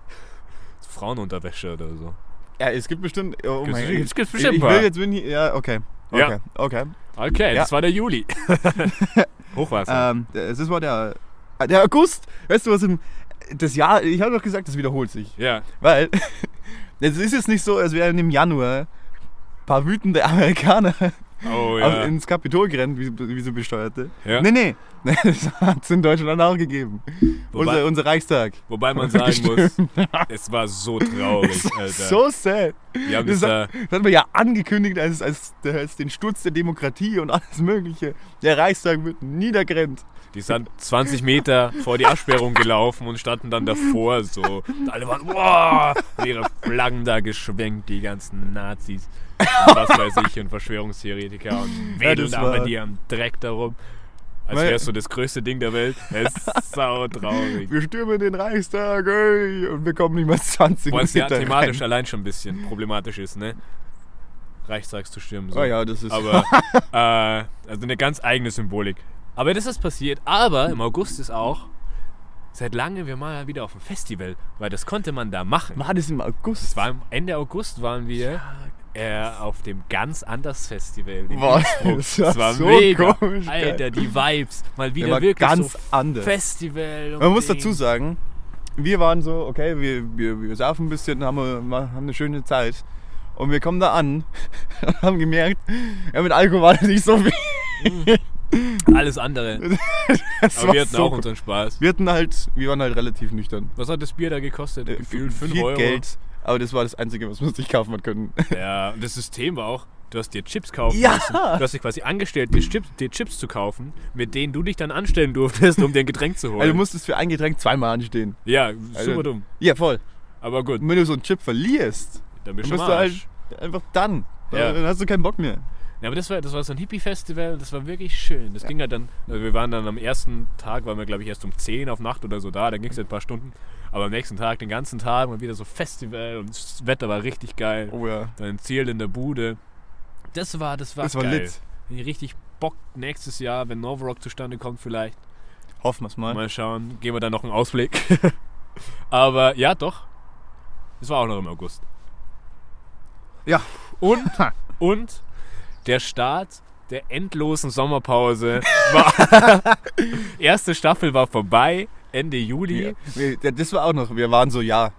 S1: Frauenunterwäsche oder so.
S5: Ja, es gibt bestimmt. Oh
S1: Gibt's
S5: mein
S1: bestimmt-
S5: Gott.
S1: es gibt bestimmt
S5: ich, ich
S1: ein paar.
S5: will jetzt bin ich, Ja, okay. Okay.
S1: Ja.
S5: okay.
S1: Okay, das war der Juli. Hochwasser.
S5: Ähm, es ist mal der, äh, der August. Weißt du, was im. Das Jahr. Ich habe doch gesagt, das wiederholt sich.
S1: ja.
S5: Weil es ist jetzt nicht so, als wären im Januar ein paar wütende Amerikaner
S1: Oh ja.
S5: auf- Also ins Kapitol gerannt, wie, wie so Besteuerte.
S1: Ja.
S5: Nee, nee, das hat es in Deutschland auch gegeben.
S1: Wobei-
S5: Unser, unser Reichstag.
S1: Wobei man sagen muss, es war so traurig, Alter. äh,
S5: So sad.
S1: Wir haben
S5: Das,
S1: das da,
S5: hat, das hat man ja angekündigt als, als, als den Sturz der Demokratie und alles Mögliche. Der Reichstag wird niedergerannt.
S1: die sind 20 Meter vor die Absperrung gelaufen und standen dann davor so. Und alle waren, boah, haben ihre Flaggen da geschwenkt, die ganzen Nazis. Und was weiß ich, und Verschwörungstheoretiker und
S5: Ja,
S1: wedeln
S5: das
S1: da
S5: war-
S1: mit ihrem Dreck darum. Als
S5: Weil-
S1: wäre es so das größte Ding der Welt. Es ist sau traurig.
S5: Wir stürmen den Reichstag ey, und wir kommen nicht mal 20
S1: Weil es ja
S5: Meter
S1: thematisch
S5: rein.
S1: allein schon ein bisschen problematisch ist, ne? Reichstags zu stürmen. So.
S5: Oh ja, das ist
S1: Aber äh, also eine ganz eigene Symbolik. Aber das ist passiert. Aber im August ist auch seit langem wir mal wieder auf dem Festival, weil das konnte man da machen.
S5: War das im August?
S1: Es war im Ende August waren wir äh, auf dem ganz anders Festival. in
S5: Boah,
S1: Innsbruck.
S5: das war
S1: Es war
S5: so
S1: mega.
S5: komisch, geil.
S1: Alter, die Vibes. Mal wieder
S5: war
S1: wirklich
S5: ganz
S1: so
S5: anders.
S1: Festival. und
S5: Man muss
S1: Ding.
S5: dazu sagen, wir waren so, okay, wir, wir, wir saufen ein bisschen, haben, wir- haben eine schöne Zeit. Und wir kommen da an und haben gemerkt, ja, mit Alkohol war das nicht so viel.
S1: alles andere.
S5: Das
S1: Aber
S5: war
S1: wir hatten
S5: so
S1: auch
S5: cool.
S1: unseren Spaß.
S5: wir hatten halt, wir waren halt relativ nüchtern.
S1: Was hat das Bier da gekostet? Gefühlt 5
S5: Äh, viel
S1: Euro.
S5: Geld, aber das war das Einzige, was man sich kaufen hat können.
S1: Ja, und das System war auch, du hast dir Chips kaufen
S5: Ja!
S1: müssen. Du hast dich quasi angestellt, dir Chips, dir Chips zu kaufen, mit denen du dich dann anstellen durftest, um dir ein Getränk zu holen.
S5: Also du musstest für ein Getränk zweimal anstehen.
S1: ja,
S5: Also,
S1: super dumm.
S5: Ja, voll.
S1: Aber gut,
S5: Und wenn du so einen Chip verlierst,
S1: dann bist
S5: dann
S1: du mal.
S5: bist du halt einfach dann.
S1: Ja.
S5: Dann hast du keinen Bock mehr.
S1: Ja, aber das war, das war so ein Hippie-Festival, das war wirklich schön. Das ging halt dann, also wir waren dann am ersten Tag, waren wir glaube ich erst um 10 auf Nacht oder so da, dann ging es ein paar Stunden. Aber am nächsten Tag, den ganzen Tag, mal wieder so Festival und das Wetter war richtig geil.
S5: Oh ja.
S1: Dann ein Ziel in der Bude. Das war, das war
S5: Das war
S1: geil.
S5: lit.
S1: Ich richtig Bock nächstes Jahr, wenn Novorock zustande kommt vielleicht.
S5: Hoffen wir es mal.
S1: Mal schauen, geben wir da noch einen Ausblick. Aber ja, doch. Es war auch noch im August.
S5: Ja.
S1: Und, und der Start der endlosen Sommerpause war. erste Staffel war vorbei, Ende Juli.
S5: Wir- wir- Das war auch noch, wir waren so, ja,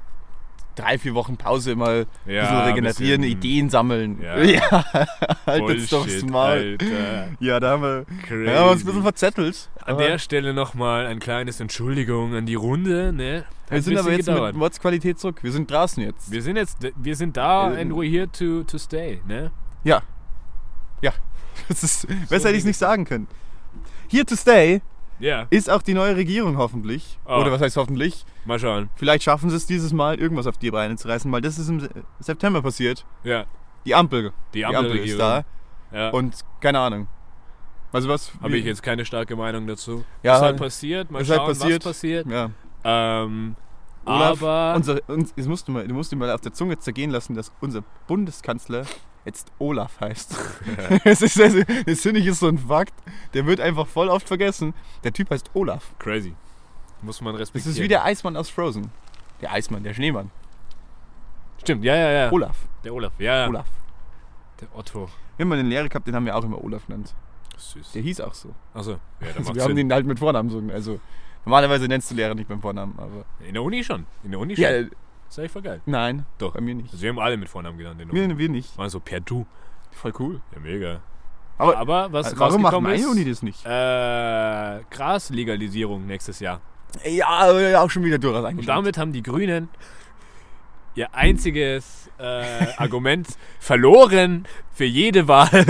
S5: drei, vier Wochen Pause mal
S1: Ja,
S5: ein bisschen regenerieren,
S1: bisschen-
S5: Ideen sammeln.
S1: Ja.
S5: halt uns doch das Maul.
S1: Alter.
S5: Ja, da haben wir,
S1: Crazy.
S5: da haben wir uns ein bisschen verzettelt.
S1: An der Stelle nochmal ein kleines Entschuldigung an die Runde. Ne? Hat
S5: wir
S1: ein
S5: sind aber
S1: bisschen
S5: jetzt
S1: gedauert.
S5: mit Wortsqualität zurück. Wir sind draußen jetzt.
S1: wir sind jetzt, wir sind da
S5: Äh,
S1: and we're here to, to stay, ne?
S5: Ja. Ja. Das ist, besser hätte ich es nicht sagen können. Here to stay
S1: Ja,
S5: ist auch die neue Regierung hoffentlich.
S1: Ah.
S5: Oder was heißt hoffentlich?
S1: mal schauen.
S5: Vielleicht schaffen sie es dieses Mal, irgendwas auf die Beine zu reißen, weil das ist im Se- September passiert.
S1: Ja,
S5: Die Ampel.
S1: die
S5: Die
S1: Ampel,
S5: Ampel ist da.
S1: Ja.
S5: Und keine Ahnung. Also was?
S1: Habe ich jetzt keine starke Meinung dazu.
S5: Ja,
S1: ist halt passiert, mal
S5: ist
S1: schauen,
S5: halt passiert.
S1: was passiert.
S5: Ja.
S1: Ähm,
S5: Olaf,
S1: aber
S5: Unser, uns, jetzt musst du, mal, du musst dir mal auf der Zunge zergehen lassen, dass unser Bundeskanzler jetzt Olaf heißt. das ist, das, das finde ich ist so ein Fakt, der wird einfach voll oft vergessen. Der Typ heißt Olaf.
S1: crazy. Muss man
S5: Das
S1: respektieren.
S5: ist wie der Eismann aus Frozen. Der Eismann, der Schneemann.
S1: Stimmt, ja, ja, ja.
S5: Olaf.
S1: Der Olaf, ja. ja.
S5: Olaf.
S1: Der Otto.
S5: Wir haben mal einen Lehrer gehabt, den haben wir auch immer Olaf genannt.
S1: Süß.
S5: Der hieß auch so.
S1: Achso, ja, der
S5: Also
S1: macht
S5: wir haben
S1: Sinn.
S5: den halt mit Vornamen so. Also normalerweise nennst du Lehrer nicht beim Vornamen, aber.
S1: In der Uni schon. In der Uni schon.
S5: Ja,
S1: Ja.
S5: äh,
S1: Das ist eigentlich voll geil.
S5: nein.
S1: Doch.
S5: Bei mir nicht.
S1: Also wir haben alle mit Vornamen genannt in der Uni.
S5: Wir, wir nicht.
S1: Waren so per Du.
S5: Voll cool.
S1: Ja, mega.
S5: Aber,
S1: Aber was
S5: warum macht
S1: rausgekommen
S5: meine
S1: ist,
S5: Uni das nicht?
S1: äh, Graslegalisierung nächstes Jahr.
S5: Ja, aber auch schon wieder durchaus
S1: Und
S5: eingeschlagen.
S1: damit haben die Grünen ihr einziges äh, Argument verloren für jede Wahl.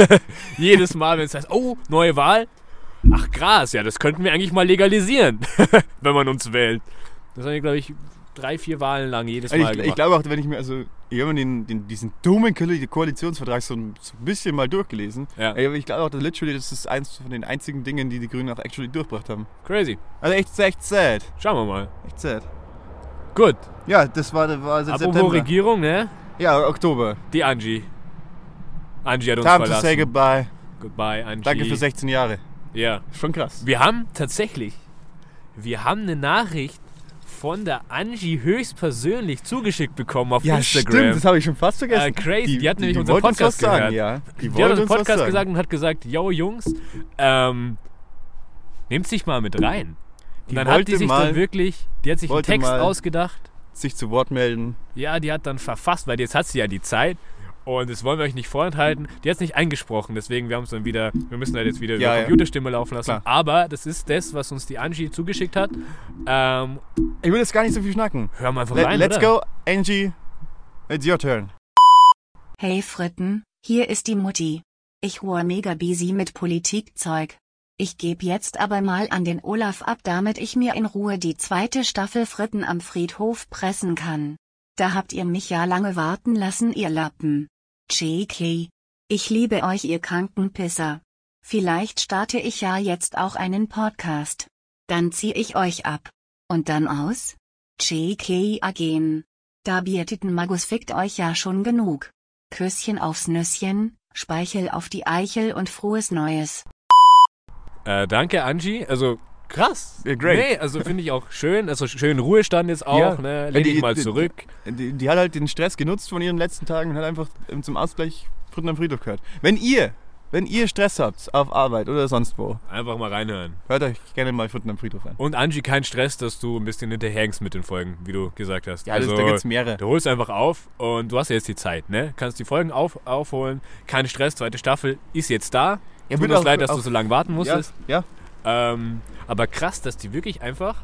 S1: Jedes Mal, wenn es heißt, oh, neue Wahl. Ach, Gras, ja, das könnten wir eigentlich mal legalisieren, wenn man uns wählt. Das haben die, glaube ich, drei, vier Wahlen lang jedes Mal
S5: Also ich,
S1: gemacht.
S5: ich glaube auch, wenn ich mir, also, ich habe mir den, den, diesen dummen Ko- Koalitionsvertrag so ein, so ein bisschen mal durchgelesen.
S1: Ja.
S5: Ey, aber Ich glaube auch, dass literally, das ist eins von den einzigen Dingen, die die Grünen auch actually durchgebracht haben.
S1: Crazy.
S5: Also echt, echt sad.
S1: Schauen wir mal.
S5: Echt sad.
S1: Gut.
S5: Ja, das war, das war seit
S1: Apropos
S5: September.
S1: Regierung, ne?
S5: Ja, Oktober.
S1: Die Angie. Angie hat uns
S5: Time to say
S1: verlassen.
S5: goodbye.
S1: Goodbye, Angie.
S5: Danke für 16 Jahre.
S1: Ja.
S5: Schon krass.
S1: Wir haben tatsächlich, wir haben eine Nachricht von der Angie höchstpersönlich zugeschickt bekommen auf
S5: Ja,
S1: Instagram.
S5: stimmt, das habe ich schon fast vergessen.
S1: Äh, crazy, die hat nämlich unseren
S5: wollten uns
S1: Podcast
S5: was
S1: gehört.
S5: sagen, Ja.
S1: Die hat
S5: wollten
S1: uns im
S5: was
S1: Podcast
S5: sagen.
S1: gesagt und hat gesagt, yo Jungs, ähm, nehmt sich mal mit rein. Und
S5: Die
S1: dann hat die
S5: wollte
S1: sich
S5: mal-
S1: dann wirklich, die hat sich einen
S5: wollte
S1: Text
S5: mal-
S1: ausgedacht.
S5: Sich zu Wort melden.
S1: Ja, die hat dann verfasst, weil jetzt hat sie ja die Zeit. Und das wollen wir euch nicht vorenthalten. Die hat es nicht eingesprochen, deswegen wir haben es dann wieder, wir müssen halt jetzt wieder
S5: Ja,
S1: über
S5: ja.
S1: Computerstimme laufen lassen.
S5: Klar.
S1: Aber das ist das, was uns die Angie zugeschickt hat. Ähm,
S5: Ich will jetzt gar nicht so viel schnacken.
S1: hören wir einfach
S5: Let,
S1: rein.
S5: let's
S1: oder?
S5: go, Angie. It's your turn.
S7: Hey Fritten, hier ist die Mutti. Ich war mega busy mit Politikzeug. Ich geb jetzt aber mal an den Olaf ab, damit ich mir in Ruhe die zweite Staffel Fritten am Friedhof pressen kann. Da habt ihr mich ja lange warten lassen, ihr Lappen. Cheeky. Ich liebe euch, ihr Krankenpisser. Vielleicht starte ich ja jetzt auch einen Podcast. Dann zieh ich euch ab. Und dann aus? Cheeky again. Da Biertitten Magus fickt euch ja schon genug. Küsschen aufs Nüsschen, Speichel auf die Eichel und frohes Neues.
S1: Äh, danke Angie, also krass.
S5: Ja, great.
S1: Nee, also finde ich auch schön, also schön Ruhestand jetzt auch,
S5: Ja.
S1: ne?
S5: Ja,
S1: Lehn
S5: die-
S1: dich mal
S5: die-
S1: zurück.
S5: Die, die hat halt den Stress genutzt von ihren letzten Tagen und hat einfach ähm, zum Ausgleich Fritten am Friedhof gehört. Wenn ihr, wenn ihr Stress habt auf Arbeit oder sonst wo,
S1: Einfach mal reinhören.
S5: hört euch gerne mal Fritten am Friedhof an.
S1: Und Angie, kein Stress, dass du ein bisschen hinterherhängst mit den Folgen, wie du gesagt hast.
S5: Ja, das- da gibt's mehrere.
S1: Also, Du holst einfach auf und du hast ja jetzt die Zeit, ne? Kannst die Folgen auf, aufholen. Kein Stress, zweite Staffel ist jetzt da.
S5: Ja,
S1: Tut
S5: wird
S1: uns
S5: auch-
S1: leid, dass
S5: auch-
S1: du so lange warten
S5: Ja,
S1: musstest.
S5: ja.
S1: Ähm, aber krass, dass die wirklich einfach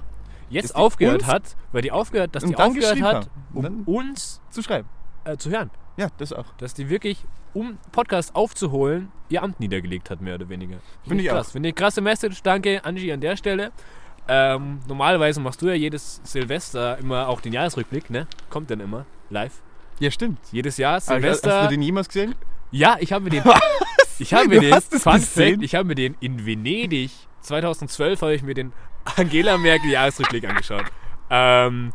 S1: jetzt
S5: Dass die
S1: aufgehört
S5: uns-
S1: hat, weil die aufgehört, dass
S5: und
S1: die
S5: dann
S1: aufgehört
S5: geschrieben
S1: hat,
S5: haben. Und
S1: um uns
S5: Zu schreiben.
S1: äh, zu hören.
S5: Ja, das auch.
S1: Dass die wirklich, um Podcast aufzuholen, ihr Amt niedergelegt hat, mehr oder weniger.
S5: Finde ich
S1: krass. Finde ich krasse Message. Danke, Angie, an der Stelle. Ähm, normalerweise machst du ja jedes Silvester immer auch den Jahresrückblick, ne? Kommt dann immer live.
S5: Ja, stimmt.
S1: Jedes Jahr
S5: Silvester.
S1: Silvester.
S5: Ah, Hast du den jemals gesehen?
S1: ja, ich habe mir den. ich habe mir
S5: Du
S1: den.
S5: hast es
S1: Fun
S5: gesehen?
S1: Fact, ich habe mir den in Venedig 2012 habe ich mir den Angela Merkel Jahresrückblick angeschaut. Ähm,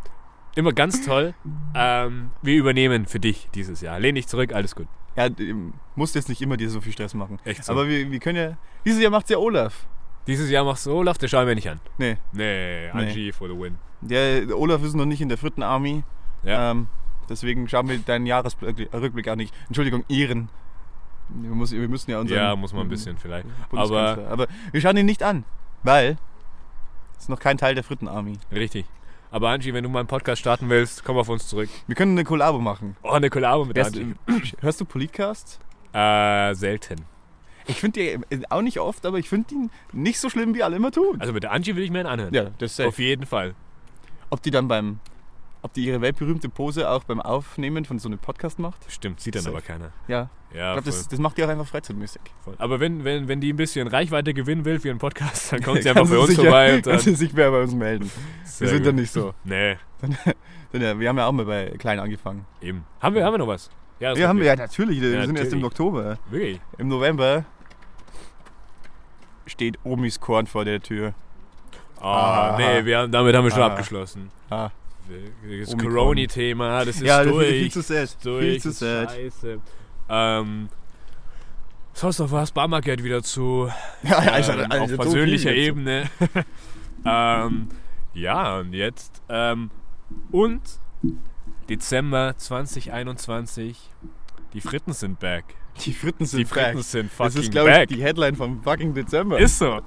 S1: immer ganz toll. Ähm, wir übernehmen für dich dieses Jahr. Lehn dich zurück, alles gut.
S5: Ja, ähm, musst jetzt nicht immer dir so viel Stress machen.
S1: Echt so.
S5: Aber wir, wir können ja. Dieses Jahr macht's ja Olaf.
S1: Dieses Jahr machst du Olaf, der schauen wir nicht an.
S5: Nee.
S1: Nee, Angie for the win.
S5: Der, der Olaf ist noch nicht in der fritten Army.
S1: Ja.
S5: Ähm, deswegen schauen wir deinen Jahresrückblick auch nicht. Entschuldigung, Ihren. Wir, muss, wir müssen ja unseren.
S1: Ja, muss man ein bisschen vielleicht.
S5: mhm. Bundeskanzler.
S1: Aber
S5: Aber wir schauen ihn nicht an, weil. es Ist noch kein Teil der fritten Army.
S1: richtig. Aber Angie, wenn du mal einen Podcast starten willst, komm auf uns zurück.
S5: Wir können eine Kollabo machen.
S1: Oh, eine Kollabo mit
S5: Hörst,
S1: Angie.
S5: hörst du Politcast?
S1: Äh, selten.
S5: Ich finde die äh, auch nicht oft, aber ich finde ihn nicht so schlimm, wie alle immer tun.
S1: Also mit der Angie will ich mir einen anhören.
S5: ja, das ist safe.
S1: Auf jeden Fall.
S5: Ob die dann beim, ob die ihre weltberühmte Pose auch beim Aufnehmen von so einem Podcast macht?
S1: Stimmt, sieht dann
S5: Safe.
S1: aber keiner.
S5: Ja.
S1: Ja,
S5: Ich glaube, das,
S1: voll,
S5: das macht die auch einfach freizeitmäßig.
S1: voll. Aber wenn, wenn, wenn die ein bisschen Reichweite gewinnen will für ihren Podcast, dann kommt sie
S5: Kann
S1: einfach bei uns
S5: sich ja-
S1: vorbei. Und
S5: Kann
S1: dann,
S5: sie sich mehr bei uns melden.
S1: Sehr
S5: Wir sind
S1: gut.
S5: dann nicht so.
S1: Nee,
S5: Denn ja, wir haben ja auch mal bei Klein angefangen.
S1: eben. Haben wir, haben wir noch was? Ja, das
S5: Ja, haben wir
S1: wirklich-
S5: ja natürlich. Wir
S1: Ja,
S5: sind erst im
S1: natürlich.
S5: Oktober.
S1: Wirklich?
S5: Im November steht Omis Korn vor der Tür.
S1: Ah,
S5: Ah.
S1: nee, wir haben, damit haben wir schon
S5: Ah.
S1: abgeschlossen.
S5: Ah.
S1: Das
S5: Omikron.
S1: Corona-Thema, das ist
S5: ja, das ist
S1: durch.
S5: viel zu sad.
S1: durch.
S5: Viel zu
S1: ist
S5: sad.
S1: Scheiße. Ähm, sonst noch was, Barmarkt gehört wieder zu.
S5: Ja, also,
S1: Ähm,
S5: also
S1: auf
S5: so
S1: persönlicher
S5: viel jetzt.
S1: Ebene. ähm, ja, und jetzt. Ähm, und Dezember 2021. Die Fritten sind back.
S5: Die Fritten sind
S1: Die Fritten
S5: back.
S1: sind
S5: Das
S1: fucking
S5: ist, glaube ich,
S1: back.
S5: die Headline vom fucking Dezember.
S1: Ist so.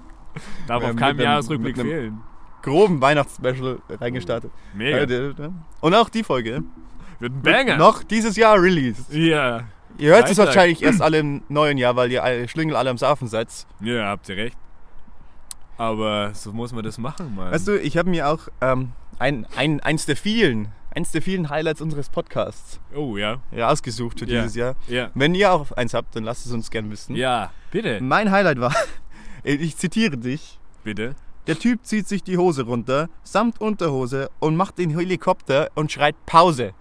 S1: Darf auf
S5: Ja, mit
S1: keinem
S5: einem-
S1: Jahresrückblick
S5: mit einem-
S1: fehlen.
S5: groben Weihnachtsspecial reingestartet. ne?
S1: Mega.
S5: Und auch die Folge
S1: Wird ein Banger.
S5: noch dieses Jahr released.
S1: Ja.
S5: Ihr hört es
S1: Freitag.
S5: wahrscheinlich erst alle im neuen Jahr, weil ihr alle Schlingel alle am Safen seid.
S1: Ja, habt ihr recht. Aber so muss man das machen, Mann.
S5: Weißt du, ich habe mir auch ähm, ein, ein, eins der vielen, eins der vielen Highlights unseres Podcasts
S1: oh ja.
S5: ja, ausgesucht für
S1: Ja.
S5: dieses Jahr.
S1: Ja.
S5: Wenn ihr auch eins habt, dann lasst es uns gern wissen.
S1: Ja, bitte.
S5: Mein Highlight war, ich zitiere dich,
S1: Bitte.
S5: der Typ zieht sich die Hose runter, samt Unterhose und macht den Helikopter und schreit Pause.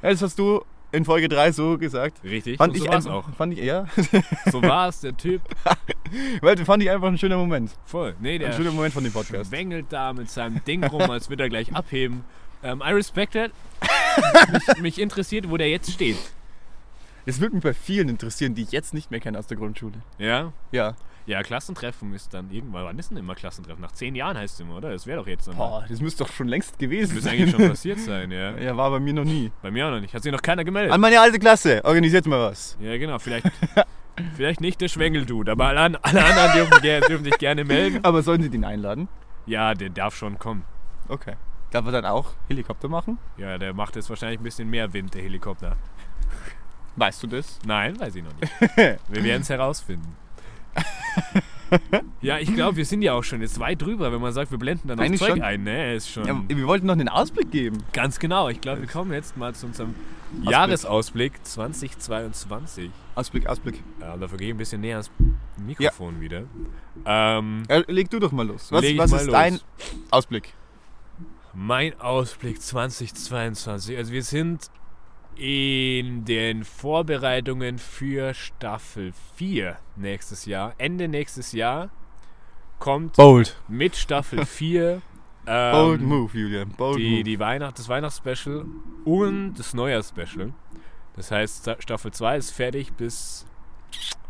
S5: Das hast du in Folge 3 so gesagt.
S1: Richtig.
S5: Fand
S1: und so
S5: ich
S1: war's
S5: einfach-
S1: auch.
S5: Fand ich, ja.
S1: So war's, der Typ.
S5: Weil fand ich einfach ein schöner Moment.
S1: Voll. Nee,
S5: Ein
S1: der
S5: schöner Moment von dem Podcast.
S1: schwängelt da mit seinem Ding rum, als würde er gleich abheben. Ähm, I respect it. mich, mich interessiert, wo der jetzt steht.
S5: Es würde mich bei vielen interessieren, die ich jetzt nicht mehr kenne aus der Grundschule.
S1: Ja?
S5: Ja.
S1: Ja, Klassentreffen ist dann irgendwann. Wann ist denn immer Klassentreffen? Nach zehn Jahren heißt es immer, oder? Das wäre doch jetzt dann.
S5: Boah, das müsste doch schon längst
S1: Das
S5: gewesen
S1: müsste
S5: sein.
S1: eigentlich schon passiert sein, ja.
S5: Ja, war bei mir noch nie.
S1: Bei mir auch noch nicht. Hat sich noch keiner gemeldet.
S5: An meine alte Klasse, organisiert mal was.
S1: ja, genau. Vielleicht, vielleicht nicht der Schwengeldude, aber alle, an- alle anderen dürfen, ger- dürfen sich gerne melden.
S5: Aber sollen Sie den einladen?
S1: Ja, der darf schon kommen.
S5: Okay. Darf er dann auch Helikopter machen?
S1: Ja, der macht jetzt wahrscheinlich ein bisschen mehr Wind, der Helikopter.
S5: Weißt du das?
S1: Nein, weiß ich noch nicht. Wir werden es herausfinden. ja, ich glaube, wir sind ja auch schon jetzt weit drüber, wenn man sagt, wir blenden dann das
S5: Eigentlich
S1: Zeug
S5: schon.
S1: ein. Ne, ist schon.
S5: Ja, wir wollten noch einen Ausblick geben.
S1: ganz genau. Ich glaube, wir kommen jetzt mal zu unserem Jahresausblick 2022.
S5: Ausblick, Ausblick.
S1: Ja, dafür gehe ich ein bisschen näher ans Mikrofon wieder. Ähm,
S5: Ja, leg du doch mal los. Was,
S1: Leg ich
S5: was
S1: mal
S5: ist
S1: los.
S5: dein Ausblick?
S1: mein Ausblick 2022. Also wir sind in den Vorbereitungen für Staffel 4 nächstes Jahr. Ende nächstes Jahr kommt
S5: Bold.
S1: mit Staffel 4 ähm,
S5: Bold Move, Julian. Bold
S1: die,
S5: Move.
S1: die Weihnacht, das Weihnachtsspecial und das Neujahrsspecial. Das heißt, Sta- Staffel 2 ist fertig bis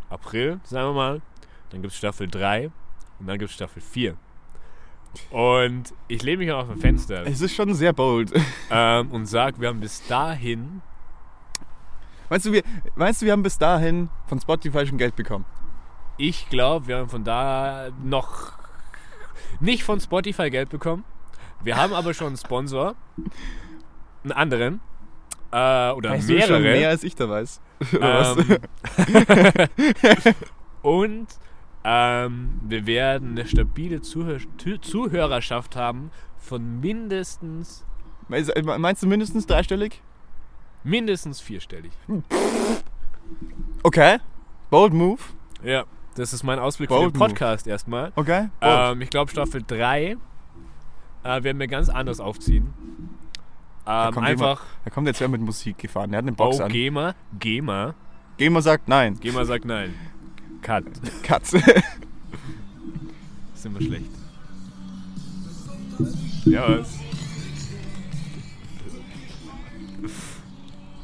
S1: April, sagen wir mal. Dann gibt es Staffel 3 und dann gibt es Staffel 4. Und ich lehne mich auch auf ein Fenster
S5: es ist schon sehr bold.
S1: ähm, und sage, wir haben bis dahin,
S5: Meinst du, wir, meinst du, wir haben bis dahin von Spotify schon Geld bekommen?
S1: ich glaube, wir haben von da noch nicht von Spotify Geld bekommen. Wir haben aber schon einen Sponsor, einen anderen äh, oder
S5: Weißt du
S1: mehrere.
S5: schon mehr, als ich da weiß. Oder was?
S1: Ähm, und ähm, wir werden eine stabile Zuhör Tü- Zuhörerschaft haben von mindestens
S5: Meinst du- Meinst du mindestens dreistellig?
S1: mindestens vierstellig.
S5: Okay. Bold Move.
S1: Ja, das ist mein Ausblick für
S5: Bold
S1: den
S5: move.
S1: Podcast erstmal.
S5: Okay. Bold.
S1: Ähm, ich glaube Staffel 3 äh, werden wir ganz anders aufziehen. Ähm,
S5: kommt
S1: einfach
S5: Da kommt jetzt wer mit Musik gefahren. Der hat eine Box
S1: oh
S5: an.
S1: GEMA, GEMA,
S5: Gamer sagt nein.
S1: GEMA sagt nein. Cut.
S5: Katze.
S1: Ist immer schlecht. Ja, was?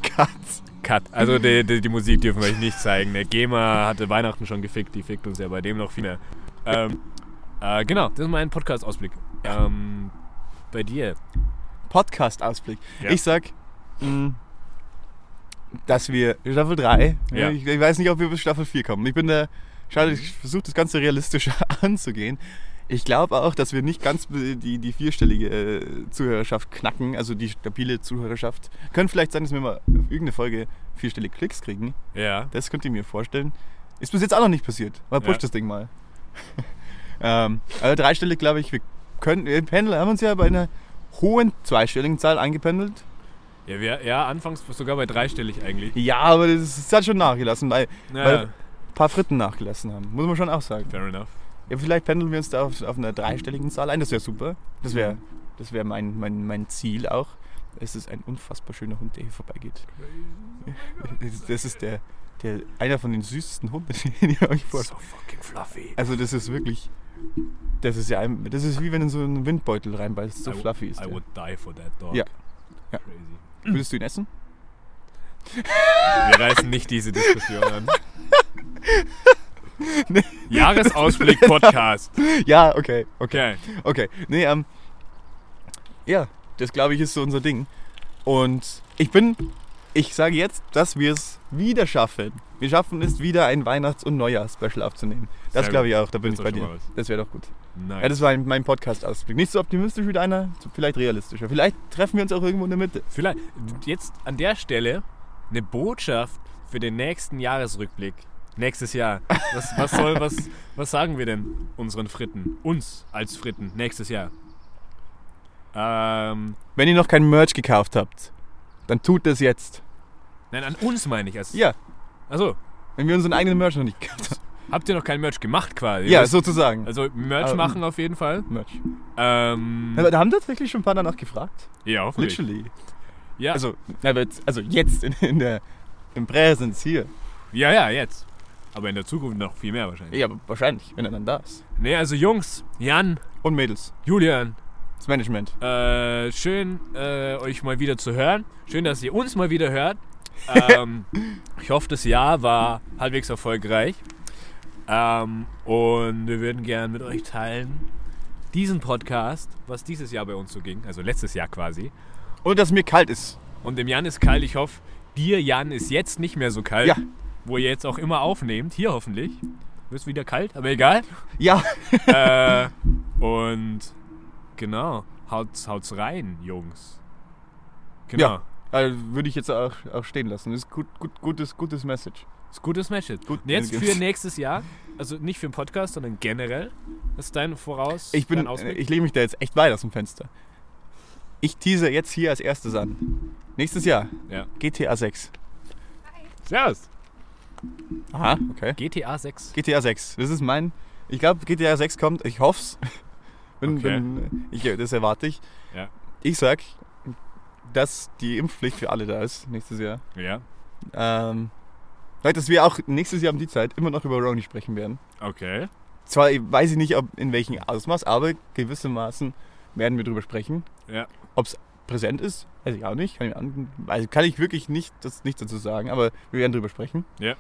S5: Katze.
S1: Cut. Also die, die, die Musik dürfen wir euch nicht zeigen. Der GEMA hatte Weihnachten schon gefickt, die fickt uns ja bei dem noch viel mehr. Ähm, äh, genau, das ist mein Podcast-Ausblick. Ähm, bei dir.
S5: Podcast-Ausblick.
S1: Ja.
S5: Ich sag, mh, dass wir Staffel 3,
S1: Ja.
S5: ich, ich weiß nicht, ob wir bis Staffel 4 kommen. Ich bin da, schade, ich versuche das Ganze realistisch anzugehen. Ich glaube auch, dass wir nicht ganz die, die vierstellige äh, Zuhörerschaft knacken, also die stabile Zuhörerschaft. Könnte vielleicht sein, dass wir mal auf irgendeine Folge vierstellige Klicks kriegen.
S1: Ja.
S5: Das könnt ihr mir vorstellen. Ist bis jetzt auch noch nicht passiert. Mal push
S1: Ja.
S5: das Ding mal. ähm, also dreistellig, glaube ich, wir können, wir pendeln, haben uns ja bei einer hohen zweistelligen Zahl eingependelt.
S1: Ja, wir, ja, anfangs sogar bei dreistellig eigentlich.
S5: Ja, aber das, ist- das hat schon nachgelassen, weil, weil
S1: Naja,
S5: ein paar Fritten nachgelassen haben. Muss man schon auch sagen.
S1: fair enough.
S5: Ja, vielleicht pendeln wir uns da auf, auf einer dreistelligen Zahl ein. Das wäre super. Das wäre das wär mein, mein, mein Ziel auch. Es ist ein unfassbar schöner Hund, der hier vorbeigeht. Das ist der, der einer von den süßesten Hunden, den ihr euch vorstellt.
S1: So fucking fluffy.
S5: Also das ist wirklich. Das ist ja ein, das ist wie wenn du in so einen Windbeutel reinbeißt, so
S1: I would-
S5: fluffy ist
S1: I
S5: der.
S1: would die for that dog.
S5: Ja. Ja.
S1: Crazy.
S5: Würdest du ihn essen?
S1: Wir reißen nicht diese Diskussion an. Jahresausblick Podcast.
S5: Ja, okay, okay,
S1: Okay.
S5: okay. Nee, ähm, ja, das glaube ich ist so unser Ding. Und ich bin, ich sage jetzt, dass wir es wieder schaffen. Wir schaffen es wieder ein Weihnachts- und Neujahrs-Special aufzunehmen. Das
S1: Sehr
S5: glaube
S1: gut.
S5: ich auch, da bin ich
S1: doch
S5: bei
S1: schon mal
S5: dir.
S1: was.
S5: Das wäre doch gut.
S1: Nice.
S5: Ja, das war mein Podcast-Ausblick. Nicht so optimistisch wie deiner, vielleicht realistischer. Vielleicht treffen wir uns auch irgendwo in der Mitte.
S1: Vielleicht jetzt an der Stelle eine Botschaft für den nächsten Jahresrückblick. Nächstes Jahr. Was, was soll, was, was sagen wir denn unseren Fritten? Uns als Fritten nächstes Jahr. Ähm,
S5: Wenn ihr noch kein Merch gekauft habt, dann tut das jetzt.
S1: nein, an uns meine ich. Also, Als,
S5: Ja,
S1: Achso,
S5: wenn wir unseren eigenen Merch noch nicht gekauft haben.
S1: habt ihr noch kein Merch gemacht quasi?
S5: Ja,
S1: Das-
S5: sozusagen. Hm.
S1: Also Merch
S5: Ähm.
S1: machen auf jeden Fall.
S5: Merch.
S1: Ähm,
S5: Aber da haben tatsächlich schon ein paar danach gefragt.
S1: ja, hoffentlich.
S5: Literally.
S1: Ja.
S5: Also, aber jetzt, also jetzt in, in der im Präsens hier.
S1: Ja, ja, jetzt. Aber in der Zukunft noch viel mehr wahrscheinlich.
S5: Ja, aber wahrscheinlich, wenn er dann da ist.
S1: Nee, also Jungs, Jan,
S5: Und Mädels.
S1: Julian,
S5: Das Management.
S1: Äh, schön, äh, euch mal wieder zu hören. Schön, dass ihr uns mal wieder hört. Ähm, ich hoffe, das Jahr war halbwegs erfolgreich. Ähm, und wir würden gerne mit euch teilen diesen Podcast, was dieses Jahr bei uns so ging, also letztes Jahr quasi.
S5: Und dass mir kalt ist.
S1: Und dem Jan ist kalt, ich hoffe, dir, Jan, ist jetzt nicht mehr so kalt,
S5: Ja.
S1: wo ihr jetzt auch immer aufnehmt. Hier hoffentlich. Wird wieder kalt, aber egal.
S5: Ja.
S1: äh, und genau, haut's, haut's rein, Jungs. Genau.
S5: Ja. Also, würde ich jetzt auch, auch stehen lassen. Das ist gut, gut, gutes, gutes Message.
S1: Ist gutes Matchup.
S5: Gut,
S1: Und jetzt
S5: äh,
S1: für nächstes Jahr, also nicht für den Podcast, sondern generell. Das ist dein Voraus.
S5: Ich bin, äh,
S1: dein Ausblick.
S5: ich lege mich da jetzt echt weit aus dem Fenster. Ich tease jetzt hier als erstes an. Nächstes Jahr.
S1: Ja.
S5: GTA 6.
S1: Servus.
S5: Aha, okay.
S1: GTA 6.
S5: GTA 6. Das ist mein. Ich glaube, GTA 6 kommt. Ich hoff's. Bin,
S1: Okay.
S5: bin, ich, äh, das erwarte ich.
S1: Ja.
S5: Ich sag, dass die Impfpflicht für alle da ist nächstes Jahr.
S1: Ja,
S5: Ähm, Leute, dass wir auch nächstes Jahr um die Zeit immer noch über Roni sprechen werden.
S1: okay.
S5: Zwar weiß ich nicht, ob in welchem Ausmaß, aber gewissermaßen werden wir drüber sprechen.
S1: Ja.
S5: Ob es präsent ist, weiß ich auch nicht. Kann ich, an, also kann ich wirklich nicht, das, nichts dazu sagen, aber wir werden drüber sprechen.
S1: Ja.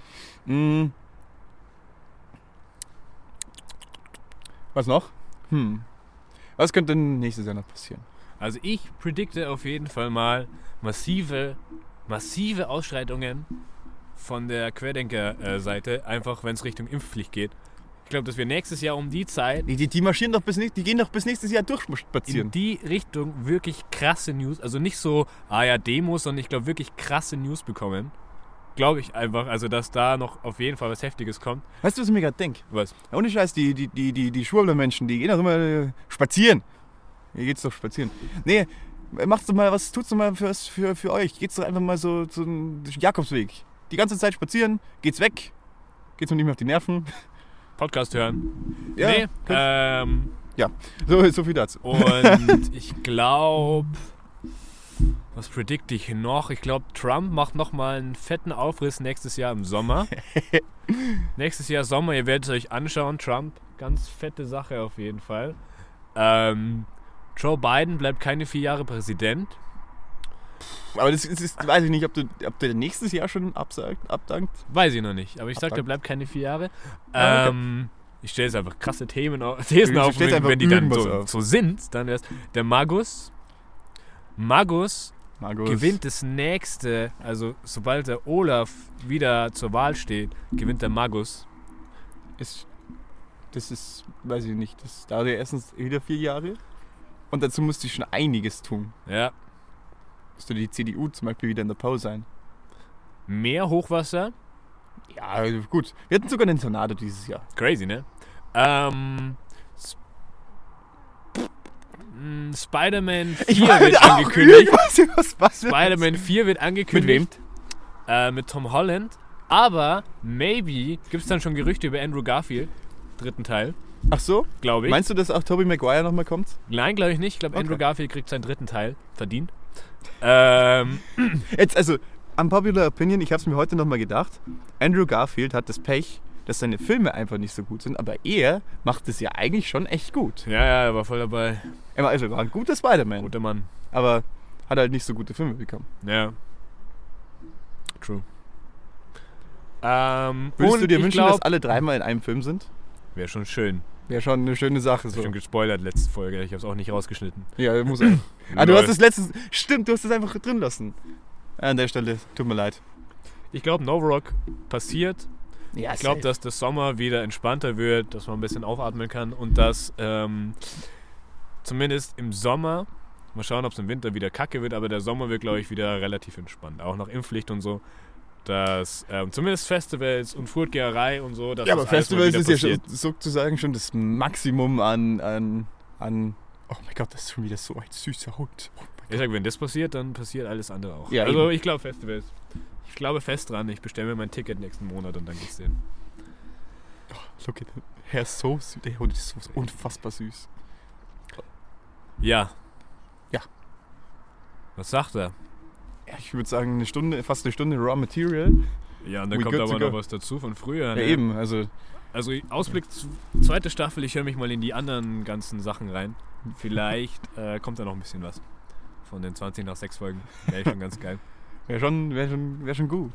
S5: Mm. Was noch? Hm. Was könnte denn nächstes Jahr noch passieren?
S1: Also ich predikte auf jeden Fall mal massive, massive Ausschreitungen von der Querdenker-Seite, einfach wenn es Richtung Impfpflicht geht. Ich glaube, dass wir nächstes Jahr um die Zeit
S5: Die, die, die marschieren doch bis nächstes, die gehen doch bis nächstes Jahr durchspazieren.
S1: in die Richtung wirklich krasse News, also nicht so, ah ja, Demos, sondern ich glaube wirklich krasse News bekommen. Glaube ich einfach, also dass da noch auf jeden Fall was Heftiges kommt.
S5: Weißt du, was ich mir gerade denke?
S1: Was?
S5: Ja, Ohne Scheiß, die, die, die, die, die Schwurbler-Menschen, die gehen doch immer äh, spazieren. Hier geht's doch spazieren. Nee, macht's doch mal was, tut's doch mal für, für, für euch. Geht's doch einfach mal so so einen Jakobsweg. Die ganze Zeit spazieren, geht's weg, geht's mir nicht mehr auf die Nerven.
S1: Podcast hören.
S5: Ja,
S1: nee,
S5: könnt-
S1: ähm,
S5: so, so viel dazu.
S1: und ich glaube, was predikte ich noch? Ich glaube, Trump macht nochmal einen fetten Aufriss nächstes Jahr im Sommer. nächstes Jahr Sommer, ihr werdet es euch anschauen, Trump. Ganz fette Sache auf jeden Fall. Ähm, Joe Biden bleibt keine vier Jahre Präsident.
S5: Aber das ist, ist, weiß ich nicht, ob, du, ob der nächstes Jahr schon absagt, abdankt.
S1: Weiß ich noch nicht, aber ich sag,
S5: Abdank.
S1: der bleibt keine vier Jahre.
S5: Ah, okay.
S1: Ähm, ich stelle jetzt einfach krasse Themen au- Thesen
S5: Du
S1: auf,
S5: stellst
S1: wenn,
S5: einfach
S1: wenn die dann
S5: irgendwas
S1: so,
S5: auf.
S1: so sind, dann wär's der Magus. Magus
S5: Margot.
S1: gewinnt das nächste, also sobald der Olaf wieder zur Wahl steht, gewinnt der Magus.
S5: Ist, das ist, weiß ich nicht, das dauert ja erstens wieder vier Jahre. Und dazu musst du schon einiges tun.
S1: Ja,
S5: Müsste die CDU zum Beispiel wieder in der Pause sein.
S1: mehr Hochwasser,
S5: Ja, also gut. Wir hatten sogar einen Tornado dieses Jahr.
S1: crazy, ne? Ähm, Sp Mm, Spider-Man 4 wird angekündigt.
S5: weiß nicht, was was
S1: Spider-Man 4 wird angekündigt. Mit wem? Äh, mit Tom Holland. Aber maybe gibt es dann schon Gerüchte über Andrew Garfield. Dritten Teil,
S5: Ach so?
S1: glaube ich.
S5: Meinst du, dass auch Tobey Maguire nochmal kommt?
S1: Nein, glaube ich nicht. Ich glaube,
S5: Okay.
S1: Andrew Garfield kriegt seinen dritten Teil. Verdient. Ähm,
S5: Jetzt, also, unpopular opinion, ich habe es mir heute nochmal gedacht. Andrew Garfield hat das Pech, dass seine Filme einfach nicht so gut sind, aber er macht es ja eigentlich schon echt gut.
S1: ja, ja, er war voll dabei.
S5: Er war also war ein guter Spider-Man,
S1: Guter Mann.
S5: aber hat halt nicht so gute Filme bekommen.
S1: Ja. True. Ähm,
S5: Würdest
S1: und
S5: du dir
S1: ich
S5: wünschen,
S1: glaub,
S5: dass alle dreimal in einem Film sind?
S1: Wäre schon schön.
S5: Wäre schon eine schöne Sache. So.
S1: Schon gespoilert letzte Folge. Ich habe es auch nicht rausgeschnitten.
S5: Ja, muss er. ah, du
S1: Lol.
S5: hast das letztes. Stimmt, du hast das einfach drin lassen. An der Stelle, tut mir leid.
S1: Ich glaube, Novrock passiert.
S5: Ja,
S1: Ich glaube, dass der Sommer wieder entspannter wird, dass man ein bisschen aufatmen kann und dass ähm, zumindest im Sommer, mal schauen, ob es im Winter wieder kacke wird, aber der Sommer wird, glaube ich, wieder relativ entspannt. Auch nach Impfpflicht und so. dass ähm, zumindest Festivals und Furtgeherei und so, dass
S5: ja,
S1: das alles
S5: aber
S1: mal
S5: Festivals
S1: wieder
S5: ist ja schon,
S1: passiert.
S5: sozusagen schon das Maximum an, an, an. Oh mein Gott, das ist schon wieder so ein süßer Hund. Oh mein
S1: Ich sag, wenn das passiert, dann passiert alles andere auch.
S5: Ja,
S1: also
S5: eben.
S1: ich glaube Festivals. Ich glaube fest dran, ich bestelle mir mein Ticket nächsten Monat und dann geht's denen.
S5: Gott, Look at him. Er ist so süß. Der Hund ist so unfassbar süß.
S1: Ja.
S5: Ja.
S1: Was sagt er?
S5: Ja, ich würde sagen, eine Stunde, fast eine Stunde Raw Material.
S1: Ja, und dann
S5: We
S1: kommt
S5: good
S1: aber
S5: to
S1: noch
S5: go.
S1: was dazu von früher.
S5: Ja,
S1: ne?
S5: eben. Also,
S1: Also Ausblick zu- zweite Staffel, ich höre mich mal in die anderen ganzen Sachen rein. Vielleicht äh, kommt da noch ein bisschen was. Von den 20 nach 6 Folgen. Wäre schon ganz geil.
S5: wäre schon, wär schon, wär schon gut.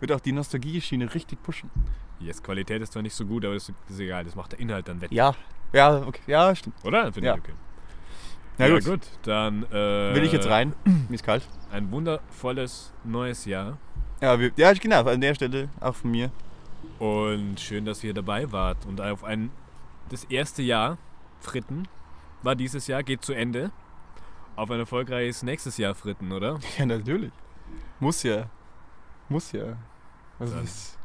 S5: Wird auch die Nostalgie-Schiene richtig pushen.
S1: Yes, Qualität ist zwar nicht so gut, aber ist, ist egal, das macht der Inhalt dann wett.
S5: Ja. Ja, okay. Ja, stimmt.
S1: Oder? Finde
S5: Ja.
S1: ich okay.
S5: Na
S1: Ja,
S5: gut.
S1: Dann äh,
S5: Will ich jetzt rein? Mir ist kalt.
S1: Ein wundervolles neues Jahr
S5: Ja, wir, ja, genau. An der Stelle auch von mir.
S1: und schön, dass ihr dabei wart und auf ein das erste Jahr Fritten war dieses Jahr geht zu Ende. Auf ein erfolgreiches nächstes Jahr Fritten, oder?
S5: Ja, natürlich. Muss ja. Muss ja. Also,
S1: Dann.
S5: das,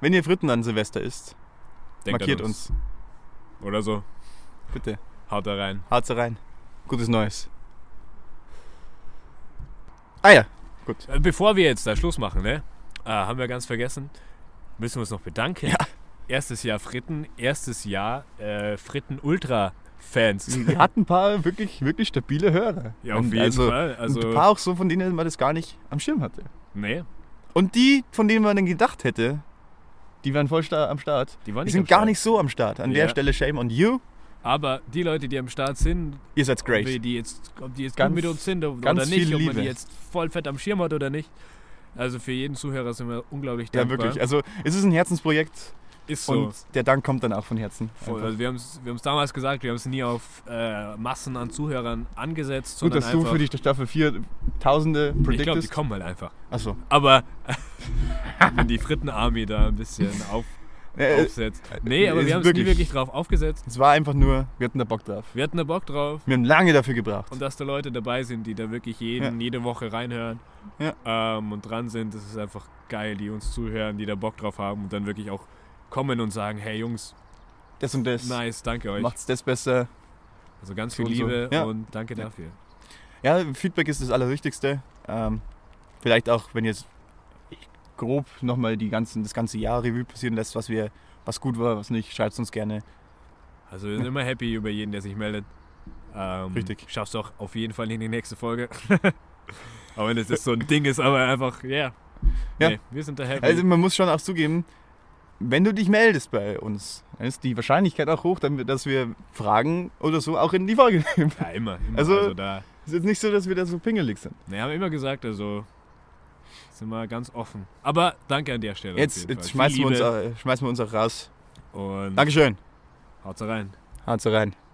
S5: wenn ihr Fritten an Silvester isst,
S1: Denkt an
S5: markiert uns.
S1: Oder so.
S5: Bitte.
S1: Haut da rein.
S5: Harze rein. Gutes Neues. Ah ja.
S1: Äh, Bevor wir jetzt da Schluss machen, ne? Äh, haben wir ganz vergessen. Müssen wir uns noch bedanken. Erstes Jahr Fritten, erstes Jahr äh, Fritten Ultra Fans.
S5: Wir hatten ein paar wirklich, wirklich stabile Hörer.
S1: Ja, auf
S5: Und
S1: jeden
S5: also,
S1: Fall.
S5: Also ein
S1: Also, ne?
S5: paar auch so, von denen man das gar nicht am Schirm hatte.
S1: nee,
S5: Und die, von denen man dann gedacht hätte, die wären voll sta am Start,
S1: die waren
S5: die
S1: nicht am
S5: sind gar
S1: Start.
S5: nicht so am Start. An
S1: Ja.
S5: der Stelle Shame on you.
S1: Aber die Leute, die am Start sind,
S5: Ihr seid
S1: ob wir
S5: great.
S1: die jetzt, ob die jetzt
S5: Ganz-
S1: gut mit uns sind oder
S5: ganz
S1: nicht,
S5: viel
S1: ob man
S5: Liebe.
S1: die jetzt voll fett am Schirm hat oder nicht. Also für jeden Zuhörer sind wir unglaublich
S5: Ja,
S1: dankbar.
S5: wirklich. Also es ist ein Herzensprojekt
S1: Ist so.
S5: und der Dank kommt dann auch von Herzen.
S1: Voll.
S5: Einfach.
S1: Also wir haben es wir haben's damals gesagt, wir haben es nie auf äh, Massen an Zuhörern angesetzt,
S5: Gut,
S1: sondern
S5: dass du
S1: einfach,
S5: für die Staffel 4 Tausende
S1: ich glaube, die
S5: predictest.
S1: kommen halt einfach.
S5: Achso.
S1: Aber wenn die Fritten-Army da ein bisschen auf,
S5: Äh,
S1: aufsetzt. Nee, aber
S5: ist
S1: wir haben es nie
S5: wirklich-
S1: wirklich drauf aufgesetzt.
S5: es war einfach nur, wir hatten da Bock drauf.
S1: Wir hatten da Bock drauf
S5: Wir haben lange dafür gebraucht.
S1: und dass da Leute dabei sind, die da wirklich jeden, jede Woche reinhören
S5: Ja.
S1: ähm, und dran sind. Das ist einfach geil, die uns zuhören, die da Bock drauf haben und dann wirklich auch kommen und sagen, hey Jungs,
S5: Das und das.
S1: nice, danke euch.
S5: Macht's das besser.
S1: Also ganz
S5: so
S1: viel
S5: und so.
S1: Liebe
S5: Ja.
S1: und danke
S5: Ja.
S1: dafür.
S5: Ja, Feedback ist das Allerwichtigste. Ähm, vielleicht auch, wenn jetzt grob nochmal die ganzen, das ganze Jahr Revue passieren lässt, was wir, was gut war, was nicht, schreibt uns gerne.
S1: Also wir sind immer happy über jeden, der sich meldet. Ähm,
S5: Richtig.
S1: Schaffst du auch auf jeden Fall in die nächste Folge. aber wenn das jetzt so ein Ding ist, aber einfach, yeah.
S5: Ja.
S1: Nee, wir sind da happy.
S5: Also man muss schon auch zugeben, wenn du dich meldest bei uns, dann ist die Wahrscheinlichkeit auch hoch, damit- dass wir Fragen oder so auch in die Folge nehmen.
S1: ja, immer. immer. Also,
S5: Also-
S1: da.
S5: Es ist jetzt nicht so, dass wir da so pingelig sind.
S1: Ne, haben wir immer gesagt, also sind wir ganz offen. Aber danke an der Stelle. auf
S5: Jetzt,
S1: jeden
S5: jetzt
S1: Fall.
S5: schmeißen, wir
S1: Viel
S5: uns,
S1: Liebe
S5: auch- schmeißen wir uns auch raus.
S1: Und
S5: Dankeschön.
S1: haut's rein.
S5: Haut rein.